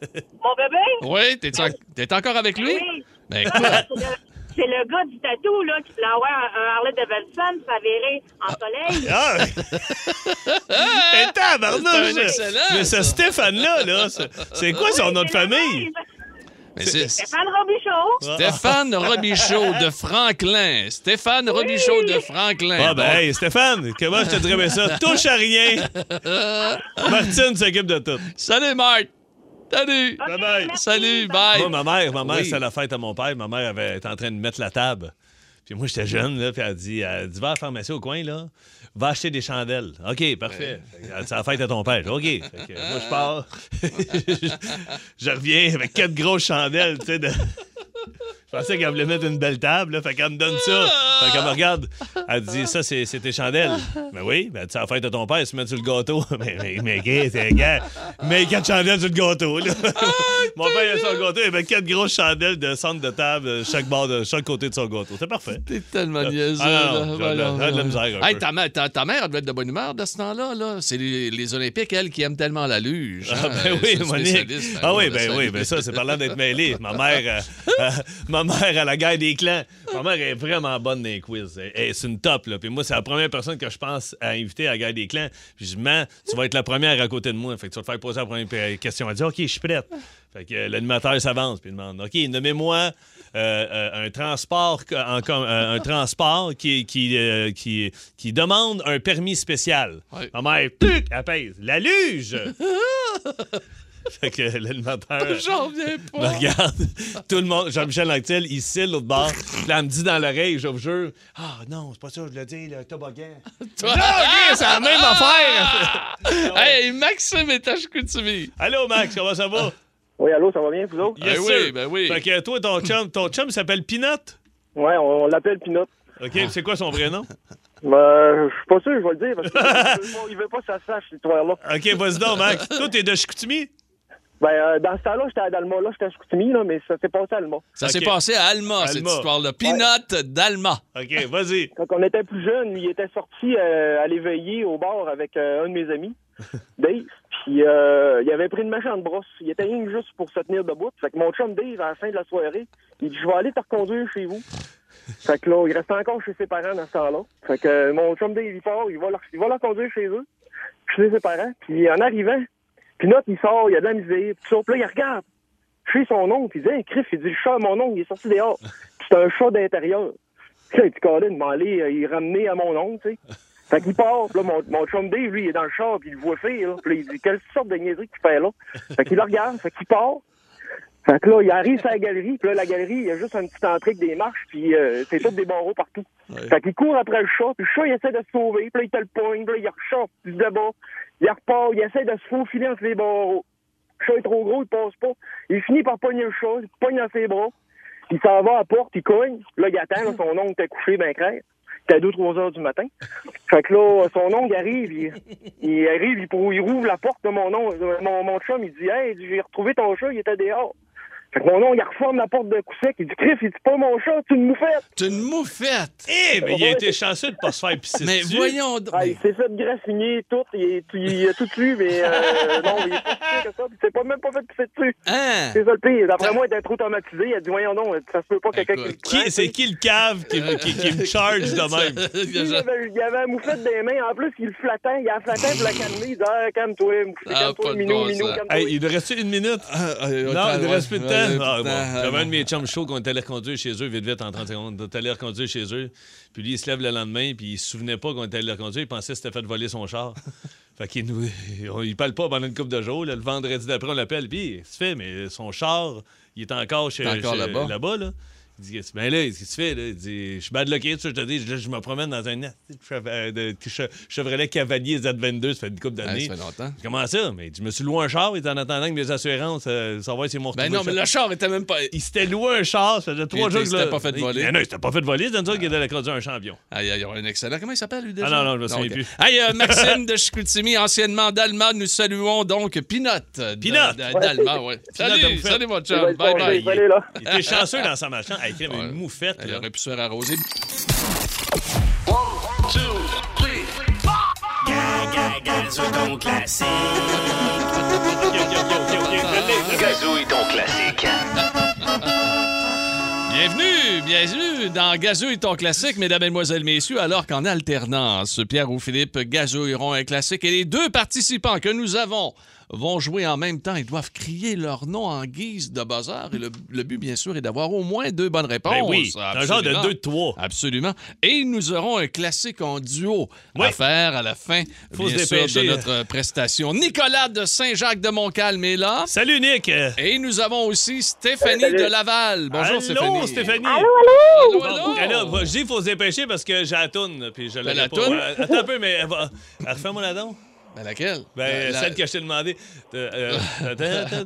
[SPEAKER 7] Mon bébé?
[SPEAKER 1] Oui, t'es en- t'es encore avec lui?
[SPEAKER 7] Oui.
[SPEAKER 1] Ben
[SPEAKER 7] Ça,
[SPEAKER 1] écoute,
[SPEAKER 7] là, c'est le- C'est le gars du tatou, là, qui te l'envoie un, un Harley Davidson s'avérer en soleil.
[SPEAKER 2] Ah! Et tabarnouche!
[SPEAKER 1] C'est un excellent,
[SPEAKER 2] Mais ce Stéphane-là, là, c'est- c'est quoi son nom de famille?
[SPEAKER 1] mais c'est-
[SPEAKER 7] Stéphane Robichaud.
[SPEAKER 1] Stéphane Robichaud de Franklin. Stéphane Robichaud de Franklin.
[SPEAKER 2] Ah ben,
[SPEAKER 1] Donc,
[SPEAKER 2] hey, Stéphane, comment je te dirais bien ça? Touche à rien! Martine s'occupe de tout.
[SPEAKER 1] Salut, Marc. Salut.
[SPEAKER 2] Bye-bye.
[SPEAKER 7] merci,
[SPEAKER 1] Salut,
[SPEAKER 7] bye.
[SPEAKER 1] bye.
[SPEAKER 2] Moi, ma mère, ma mère,
[SPEAKER 1] Oui.
[SPEAKER 2] c'est la fête à mon père. Ma mère avait, était en train de mettre la table. Puis moi, j'étais jeune, là, puis elle dit, elle dit, va à la pharmacie au coin, là, va acheter des chandelles. OK, parfait. Elle dit, C'est la fête à ton père. J'ai dit, OK. Fait que moi, je pars. je reviens avec quatre grosses chandelles, tu sais, de... Je pensais qu'elle voulait mettre une belle table, là, fait qu'elle me donne ça. Fait qu'elle me regarde. Elle dit Ça, c'est c'est tes chandelles. Ben oui, ben tu sais, la fête de ton père, se met sur le gâteau. mais mais, mais, qu'est-ce que c'est, gars? Mais quatre chandelles sur le gâteau, là. Mon père, il a son gâteau, il avait quatre grosses chandelles de centre de table, euh, chaque bord de chaque côté de son gâteau. C'est parfait.
[SPEAKER 1] T'es tellement niaiseux.
[SPEAKER 2] Ah non,
[SPEAKER 1] là.
[SPEAKER 2] j'ai de la-
[SPEAKER 1] Voyons,
[SPEAKER 2] j'ai de la
[SPEAKER 1] voyons.
[SPEAKER 2] misère un
[SPEAKER 1] Hey,
[SPEAKER 2] peu.
[SPEAKER 1] ta, mère- ta- ta mère elle devait être de bonne humeur de ce temps-là. Là. C'est les, les Olympiques, elle, qui aiment tellement la luge.
[SPEAKER 2] Ah
[SPEAKER 1] hein.
[SPEAKER 2] ben
[SPEAKER 1] C'est
[SPEAKER 2] oui,
[SPEAKER 1] une
[SPEAKER 2] Monique.
[SPEAKER 1] spécialiste,
[SPEAKER 2] Ah
[SPEAKER 1] elle,
[SPEAKER 2] oui,
[SPEAKER 1] de
[SPEAKER 2] ben oui, ben ça, c'est parlant d'être mêlé. Ma mère, euh, euh, ma mère à la guerre des clans, ma mère est vraiment bonne dans dans les quiz. Elle- elle- c'est une top, là. Puis moi, c'est la première personne que je pense à inviter à la guerre des clans. Puis je dis, Man, tu vas être la première à côté de moi. Fait que tu vas te faire poser la première p- question. Elle dit, OK, je suis prête. Fait que euh, l'animateur s'avance, puis il demande, OK, nommez-moi euh, euh, un transport, co- en com- euh, un transport qui, qui, euh, qui, qui demande un permis spécial.
[SPEAKER 1] Ouais.
[SPEAKER 2] Ma mère, tuc, elle pèse. La luge! fait que l'animateur.
[SPEAKER 1] J'en reviens
[SPEAKER 2] Me
[SPEAKER 1] pas.
[SPEAKER 2] regarde, tout le monde, Jean-Michel Anctil, il cille l'autre bord. Puis là, elle me dit dans l'oreille, je vous jure, ah non, c'est pas ça, je le dis, le toboggan.
[SPEAKER 1] Toi-
[SPEAKER 2] Ah, ok, c'est la même
[SPEAKER 1] Ah!
[SPEAKER 2] affaire.
[SPEAKER 1] hey, Maxime et Tachkoutimi.
[SPEAKER 2] Allô, Max, comment ça va?
[SPEAKER 8] Oui, allô, ça va bien, vous autres?
[SPEAKER 1] Ben oui,
[SPEAKER 2] sir.
[SPEAKER 1] ben oui.
[SPEAKER 2] Fait que toi, ton chum, ton chum s'appelle Pinot.
[SPEAKER 8] Ouais, on, on l'appelle Pinot.
[SPEAKER 2] OK,
[SPEAKER 1] Ah.
[SPEAKER 2] c'est quoi son vrai nom?
[SPEAKER 8] Ben, je suis pas sûr, je vais le dire, parce qu'il veut, pas- il veut pas que ça se sache, cette histoire-là.
[SPEAKER 2] OK, vas-y donc, Max. Toi, t'es de Chicoutimi?
[SPEAKER 8] Ben, euh, dans ce temps-là, j'étais à Dalma, là, j'étais à Chicoutimi, là, mais ça s'est passé à Dalma.
[SPEAKER 1] Ça
[SPEAKER 2] Ok.
[SPEAKER 1] s'est passé à Alma, cette
[SPEAKER 2] Alma.
[SPEAKER 1] histoire-là. Peanut d'Alma.
[SPEAKER 2] OK, vas-y.
[SPEAKER 8] Quand on était plus jeune, il était sorti euh, à l'éveillé au bar avec euh, un de mes amis, Dave. Puis euh, il avait pris une méchante brosse. Il était rien que juste pour se tenir debout. Fait que mon chum Dave, à la fin de la soirée, il dit Je vais aller te reconduire chez vous. Fait que là, il restait encore chez ses parents dans ce temps-là. Fait que euh, mon chum Dave, il part, il va, leur, il va leur conduire chez eux, chez ses parents. Puis en arrivant, puis notre, il sort, il a de la misère. Puis ça, puis là, il regarde chez son oncle. Il dit Hey, Criff, il dit Le chat, à mon oncle, il est sorti dehors. Puis C'est un chat d'intérieur. Tu sais, tu Colin, m'en aller, euh, il ramener à mon oncle, tu sais. Fait qu'il part, puis là, mon, mon chum Dave, lui, il est dans le char, puis il le voit faire, là. Puis là, il dit, quelle sorte de niaiserie qu'il fait, là? Fait qu'il le regarde, fait qu'il part. Fait que là, il arrive sur la galerie, puis là, la galerie, il y a juste un petit entrée avec des marches, puis euh, c'est tout des barreaux partout. Fait qu'il court après le chat, puis le chat, il essaie de se sauver, puis là, il te le poigne, puis là, il rechauffe du débat, il repart, il essaie de se faufiler entre les barreaux. Le chat est trop gros, il passe pas. Il finit par pogner le chat, il le pogne dans ses bras. Il s'en va à la porte, il cogne. Là, il attend. là, son oncle était couché, ben crève. C'était à 2-3 heures du matin. Fait que là, son oncle arrive, il, il arrive, il, prou- il rouvre la porte de mon oncle, de mon, mon chum, il dit Hey, j'ai retrouvé ton chat, il était dehors. Fait que mon oncle, il reforme la porte de coup sec, il dit Criff, il dit pas mon chat, tu une moufette.
[SPEAKER 1] T'es une moufette.
[SPEAKER 2] Eh, ben, il a été chanceux de pas se faire pisser
[SPEAKER 1] Mais
[SPEAKER 2] dessus.
[SPEAKER 1] voyons donc.
[SPEAKER 8] Ah, il s'est fait graffiner tout, il, est- il a tout tué, mais euh, non, il est pas si pire que ça, puis il s'est pas même pas fait pisser dessus.
[SPEAKER 1] Hein?
[SPEAKER 8] C'est ça le pire. D'après moi, il était trop traumatisé, il a dit Voyons non, ça se peut pas que quelqu'un
[SPEAKER 1] Écoute,
[SPEAKER 8] le prenne,
[SPEAKER 2] Qui- C'est qui le cave qui, qui- qui me charge de même?
[SPEAKER 8] Il avait, il avait la mouflette des mains. En plus, il le flattait. Il la flattait pour la calmer. Il disait Ah, Calme-toi, mouflette,
[SPEAKER 1] Ah, pas
[SPEAKER 8] calme-toi,
[SPEAKER 1] de
[SPEAKER 8] minou,
[SPEAKER 1] bon
[SPEAKER 8] minou,
[SPEAKER 1] sens.
[SPEAKER 8] calme-toi.
[SPEAKER 2] Hey, il nous reste une minute? Non, euh, il ne reste plus de temps. Ah, bon. J'avais un de mes chums chauds qu'on était allé reconduire chez eux, vite, vite, en 30 secondes. On était allé reconduire chez eux. Puis lui, il se lève le lendemain, puis il se souvenait pas qu'on était allé le reconduire. Il pensait que c'était fait voler son char. fait qu'il nous. on- Il parle pas pendant une couple de jours. là. le vendredi d'après, on l'appelle. Puis, c'est fait, mais son char, il est encore chez
[SPEAKER 1] Il est encore
[SPEAKER 2] chez-
[SPEAKER 1] là-bas.
[SPEAKER 2] là. Il dit, Qu'est-ce- ben là, qu'est-ce que tu fais? Là? Il dit, je suis bad lucky, tu sais, je te dis, je, je me promène dans un nest de chev- euh, de che- Chevrolet Cavalier Z22, Ah, ça fait une couple d'années.
[SPEAKER 1] Ah, ça fait longtemps.
[SPEAKER 2] Comment ça? Mais je me suis loué un char et en attendant que mes assurances, euh, ça va, c'est mon
[SPEAKER 1] Ben non, mais le char était même pas.
[SPEAKER 2] Il s'était loué un char, ça faisait trois
[SPEAKER 1] il
[SPEAKER 2] jours
[SPEAKER 1] s'était
[SPEAKER 2] là-
[SPEAKER 1] pas fait
[SPEAKER 2] il-
[SPEAKER 1] voler. Ah.
[SPEAKER 2] Ben non, il s'était pas fait voler, c'est nous autres qui était allé conduire un champion.
[SPEAKER 1] Aïe, aïe, aïe, un excellent. Comment il s'appelle, lui, déjà?
[SPEAKER 2] Ah non, non, je me souviens
[SPEAKER 1] ok.
[SPEAKER 2] plus.
[SPEAKER 1] Hey, euh, Maxime de Chicoutimi, anciennement d'Alma, nous saluons donc Pinot. euh, de-
[SPEAKER 2] Pinot.
[SPEAKER 1] de- D'Alma, oui.
[SPEAKER 2] de
[SPEAKER 1] Salut,
[SPEAKER 2] Moufette.
[SPEAKER 1] salut, mon
[SPEAKER 8] Il va
[SPEAKER 1] chum.
[SPEAKER 8] être bon,
[SPEAKER 1] Bye-bye.
[SPEAKER 8] il va aller là.
[SPEAKER 2] Ah, Il était chanceux dans sa machine. Hey, crème,
[SPEAKER 1] Ouais.
[SPEAKER 2] une moufette,
[SPEAKER 1] Il
[SPEAKER 2] là.
[SPEAKER 1] aurait pu se faire arroser.
[SPEAKER 4] Gaga, gaga sur ton classique.
[SPEAKER 2] Ok, ok, ok, ok, ok, prenez.
[SPEAKER 6] Gazouille ton classique.
[SPEAKER 1] Bienvenue, bienvenue dans Gazouille ton classique, mesdames, mesdemoiselles, messieurs, alors qu'en alternance, Pierre ou Philippe gazouilleront un classique et les deux participants que nous avons vont jouer en même temps. Ils doivent crier leur nom en guise de buzzer et le, le but, bien sûr, est d'avoir au moins deux bonnes réponses.
[SPEAKER 2] Ben oui, c'est un genre de
[SPEAKER 1] Absolument.
[SPEAKER 2] 2 de 3.
[SPEAKER 1] Absolument. Et nous aurons un classique en duo
[SPEAKER 2] Oui.
[SPEAKER 1] à faire à la fin
[SPEAKER 2] Faut
[SPEAKER 1] bien
[SPEAKER 2] se
[SPEAKER 1] sûr, de
[SPEAKER 2] dépêcher.
[SPEAKER 1] notre prestation. Nicolas de Saint-Jacques-de-Montcalm est là.
[SPEAKER 2] Salut, Nick. Euh,
[SPEAKER 1] Et nous avons aussi Stéphanie
[SPEAKER 8] Salut.
[SPEAKER 1] de Laval. Bonjour
[SPEAKER 2] allô,
[SPEAKER 1] Stéphanie.
[SPEAKER 2] Stéphanie.
[SPEAKER 1] Allô,
[SPEAKER 2] Bon,
[SPEAKER 1] allô.
[SPEAKER 2] alors, moi, je dis qu'il faut se dépêcher parce que j'ai la toune, là, puis je l'ai
[SPEAKER 1] la
[SPEAKER 2] pas.
[SPEAKER 1] toune?
[SPEAKER 2] Euh, Attends un peu, mais elle va- elle refais-moi la don.
[SPEAKER 1] Ben, laquelle?
[SPEAKER 2] Ben,
[SPEAKER 1] La- la-
[SPEAKER 2] celle que je t'ai demandé. Euh, euh, attends,
[SPEAKER 1] Attends,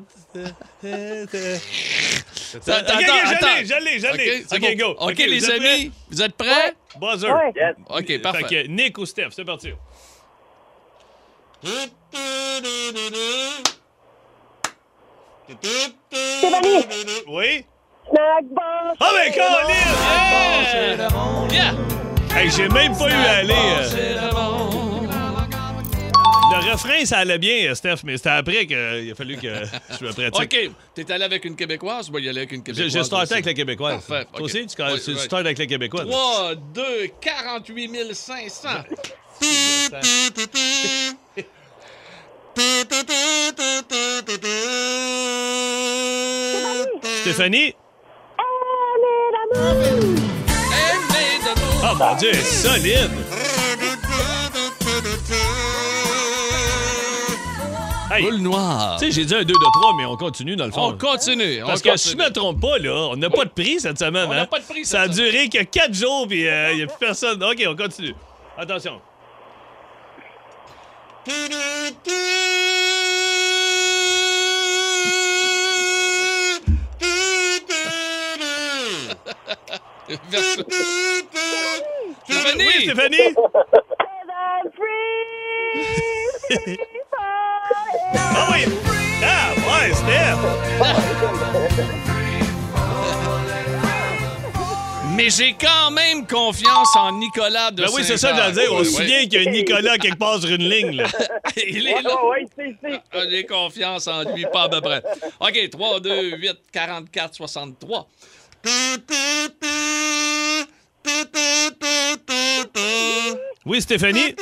[SPEAKER 2] Ok, ok,
[SPEAKER 1] attends.
[SPEAKER 2] j'allais, j'allais, j'allais.
[SPEAKER 1] OK, c'est
[SPEAKER 2] Ok,
[SPEAKER 1] bon.
[SPEAKER 2] go.
[SPEAKER 1] OK, les
[SPEAKER 2] vous êtes
[SPEAKER 1] amis, vous êtes prêts?
[SPEAKER 2] prêts? Buzzer.
[SPEAKER 8] Yes.
[SPEAKER 1] OK,
[SPEAKER 2] Fait
[SPEAKER 1] parfait.
[SPEAKER 2] que Nick ou Steph, c'est parti.
[SPEAKER 9] Stéphanie!
[SPEAKER 2] Oui?
[SPEAKER 9] Snack bar!
[SPEAKER 2] Ah ben, Colin!
[SPEAKER 1] Yeah!
[SPEAKER 2] Hey, j'ai même pas eu à aller. euh,
[SPEAKER 1] C'est le bon.
[SPEAKER 2] le refrain, ça allait bien, euh, Steph, mais c'était après qu'il a fallu que je me pratique.
[SPEAKER 1] OK. T'es allé avec une Québécoise? Moi, y allé avec une
[SPEAKER 2] J'ai
[SPEAKER 1] Québécoise.
[SPEAKER 2] j'ai starté
[SPEAKER 1] aussi.
[SPEAKER 2] avec la Québécoise.
[SPEAKER 1] Parfait.
[SPEAKER 2] Toi
[SPEAKER 1] OK.
[SPEAKER 2] aussi, tu,
[SPEAKER 1] Ouais,
[SPEAKER 2] tu
[SPEAKER 1] ouais.
[SPEAKER 2] startes avec la Québécoise.
[SPEAKER 1] 3, 2, 48 500.
[SPEAKER 2] Stéphanie? Oh mon dieu, elle est solide! Hey,
[SPEAKER 1] Boule noire.
[SPEAKER 2] tu sais, j'ai dit un 2 de 3, mais on continue dans le fond.
[SPEAKER 1] On continue.
[SPEAKER 2] Parce
[SPEAKER 1] on
[SPEAKER 2] que si je
[SPEAKER 1] continue.
[SPEAKER 2] me trompe pas, là, on n'a pas de prix cette semaine.
[SPEAKER 1] On n'a
[SPEAKER 2] hein?
[SPEAKER 1] pas de prix
[SPEAKER 2] Ça a
[SPEAKER 1] cette semaine.
[SPEAKER 2] duré que 4 jours, puis euh, il n'y a plus personne. OK, on continue. Attention.
[SPEAKER 1] Version- Stéphanie!
[SPEAKER 2] Oui, Stéphanie! Ah oui! Ah ouais, Steph!
[SPEAKER 1] Mais j'ai quand même confiance en Nicolas de
[SPEAKER 2] Ben oui, c'est ça
[SPEAKER 1] Saint-Jean.
[SPEAKER 2] que j'allais dire. On
[SPEAKER 1] Oui,
[SPEAKER 2] se
[SPEAKER 1] oui.
[SPEAKER 2] souvient qu'il y a Nicolas quelque part sur une ligne, là.
[SPEAKER 1] Il
[SPEAKER 8] Ouais,
[SPEAKER 1] est là.
[SPEAKER 8] ouais, ouais, c'est, c'est.
[SPEAKER 1] Ah, J'ai confiance en lui, pas à peu près. OK, 3, 2, 8, 44, 63.
[SPEAKER 2] Oui, Stéphanie?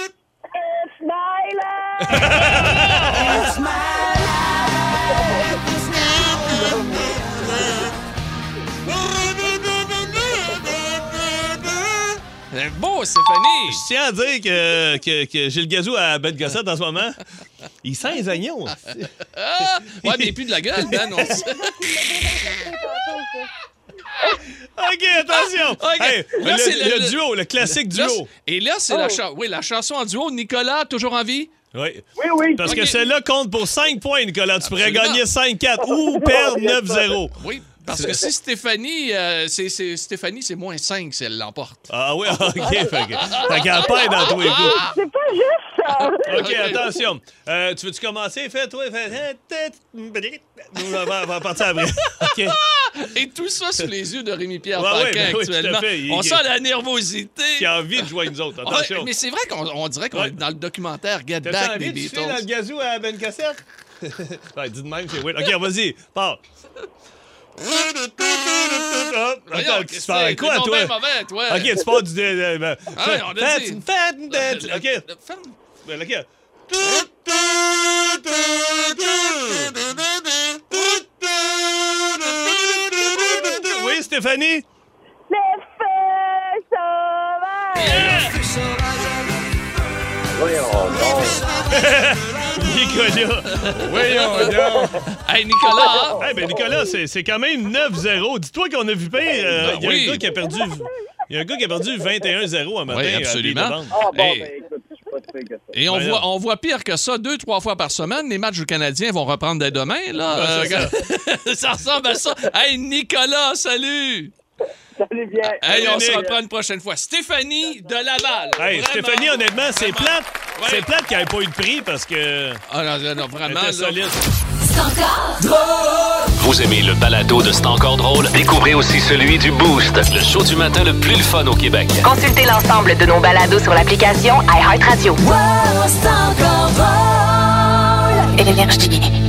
[SPEAKER 1] C'est beau, Stéphanie!
[SPEAKER 2] Je tiens à dire que, que, que Gilles Gazou à Belle Gossette en ce moment, il sent les oignons.
[SPEAKER 1] Ah! Ouais, mais il pue de la gueule, Ben. on sait.
[SPEAKER 2] OK, attention!
[SPEAKER 1] Ah, OK.
[SPEAKER 2] Hey,
[SPEAKER 1] Là, c'est
[SPEAKER 2] le,
[SPEAKER 1] le-
[SPEAKER 2] le duo, le classique
[SPEAKER 1] Là,
[SPEAKER 2] duo.
[SPEAKER 1] c'est- et là, c'est la, chanson. oui, la chanson en duo. Nicolas, toujours en vie?
[SPEAKER 2] Oui.
[SPEAKER 8] Oui, oui.
[SPEAKER 2] Parce
[SPEAKER 1] Ok.
[SPEAKER 2] que celle-là compte pour 5 points, Nicolas. Tu pourrais
[SPEAKER 1] Absolument.
[SPEAKER 2] gagner 5-4 ou perdre 9-0.
[SPEAKER 1] Oui. Parce que si Stéphanie, euh, c'est, c'est- Stéphanie, c'est moins 5 si elle l'emporte.
[SPEAKER 2] Ah oui, OK. fait que- fait qu'elle perd dans tous les coups.
[SPEAKER 10] C'est pas juste ça.
[SPEAKER 2] OK, attention. Euh, tu veux-tu commencer? Fais-toi. Fais... On va- on va partir après. OK.
[SPEAKER 1] Et tout ça sous les yeux de Rémi-Pierre
[SPEAKER 2] Ouais, ouais,
[SPEAKER 1] Paquin
[SPEAKER 2] ben oui, tout à
[SPEAKER 1] actuellement.
[SPEAKER 2] fait. Il-
[SPEAKER 1] on
[SPEAKER 2] il-
[SPEAKER 1] sent la nervosité.
[SPEAKER 2] Qui a envie de jouer avec nous autres.
[SPEAKER 1] Ouais,
[SPEAKER 2] Attention.
[SPEAKER 1] mais c'est vrai qu'on on dirait qu'on
[SPEAKER 2] Ouais.
[SPEAKER 1] est dans le documentaire Get
[SPEAKER 2] T'as-tu
[SPEAKER 1] Back des
[SPEAKER 2] envie de souffler dans le
[SPEAKER 1] Beatles.
[SPEAKER 2] gazou à Ben Cassette? ouais, dis de même, c'est weird. OK, vas-y, pars.
[SPEAKER 1] Voyons,
[SPEAKER 2] Attends, tu
[SPEAKER 1] qu'est-ce
[SPEAKER 2] pars
[SPEAKER 1] que
[SPEAKER 2] à
[SPEAKER 1] c'est?
[SPEAKER 2] quoi,
[SPEAKER 1] T'es donc
[SPEAKER 2] toi?
[SPEAKER 1] ben mauvais, toi.
[SPEAKER 2] OK, tu pars du... euh, euh,
[SPEAKER 1] Ah ouais, on a
[SPEAKER 2] fat-
[SPEAKER 1] dit.
[SPEAKER 2] fat-
[SPEAKER 1] Euh, le-
[SPEAKER 2] OK,
[SPEAKER 1] le- ferme.
[SPEAKER 2] ben, OK. Oui, Stéphanie?
[SPEAKER 10] Les feux sauvages.
[SPEAKER 2] Nicolas.
[SPEAKER 1] Hey, Nicolas!
[SPEAKER 2] Eh ben Nicolas, c'est c'est quand même 9-0. Dis-toi qu'on a vu pire. euh,
[SPEAKER 1] Ben
[SPEAKER 2] Il y a
[SPEAKER 1] oui.
[SPEAKER 2] un gars qui a perdu... Il y a un gars qui a perdu 21-0 un matin.
[SPEAKER 1] Oui,
[SPEAKER 2] à
[SPEAKER 1] absolument.
[SPEAKER 2] Pied-de-Vente.
[SPEAKER 8] Ah, bon,
[SPEAKER 1] Hey.
[SPEAKER 8] ben, écoute, je suis pas très gâté.
[SPEAKER 1] Et on,
[SPEAKER 2] Ben
[SPEAKER 1] voit,
[SPEAKER 2] là.
[SPEAKER 1] on voit pire que ça, deux, trois fois par semaine. Les matchs du Canadien vont reprendre dès demain. Là. Euh,
[SPEAKER 2] Ouais,
[SPEAKER 1] ça. ressemble à ça. Hey, Nicolas, salut!
[SPEAKER 8] Salut bien.
[SPEAKER 1] Hey, on se
[SPEAKER 2] Yannick.
[SPEAKER 1] reprend une prochaine fois. Stéphanie de Laval.
[SPEAKER 2] Hey,
[SPEAKER 1] Vraiment.
[SPEAKER 2] Stéphanie, honnêtement, c'est
[SPEAKER 1] Vraiment.
[SPEAKER 2] plate. C'est plate qu'elle n'ait pas eu de prix parce que.
[SPEAKER 1] Ah, non, non, non, vraiment.
[SPEAKER 2] elle
[SPEAKER 1] là.
[SPEAKER 2] était solide.
[SPEAKER 4] Vous aimez le balado de C'est encore drôle? Découvrez aussi celui du Boost, le show du matin le plus le fun au Québec.
[SPEAKER 5] Consultez l'ensemble de nos balados sur l'application iHeartRadio.
[SPEAKER 10] Wow, c'est encore drôle. Et l'énergie.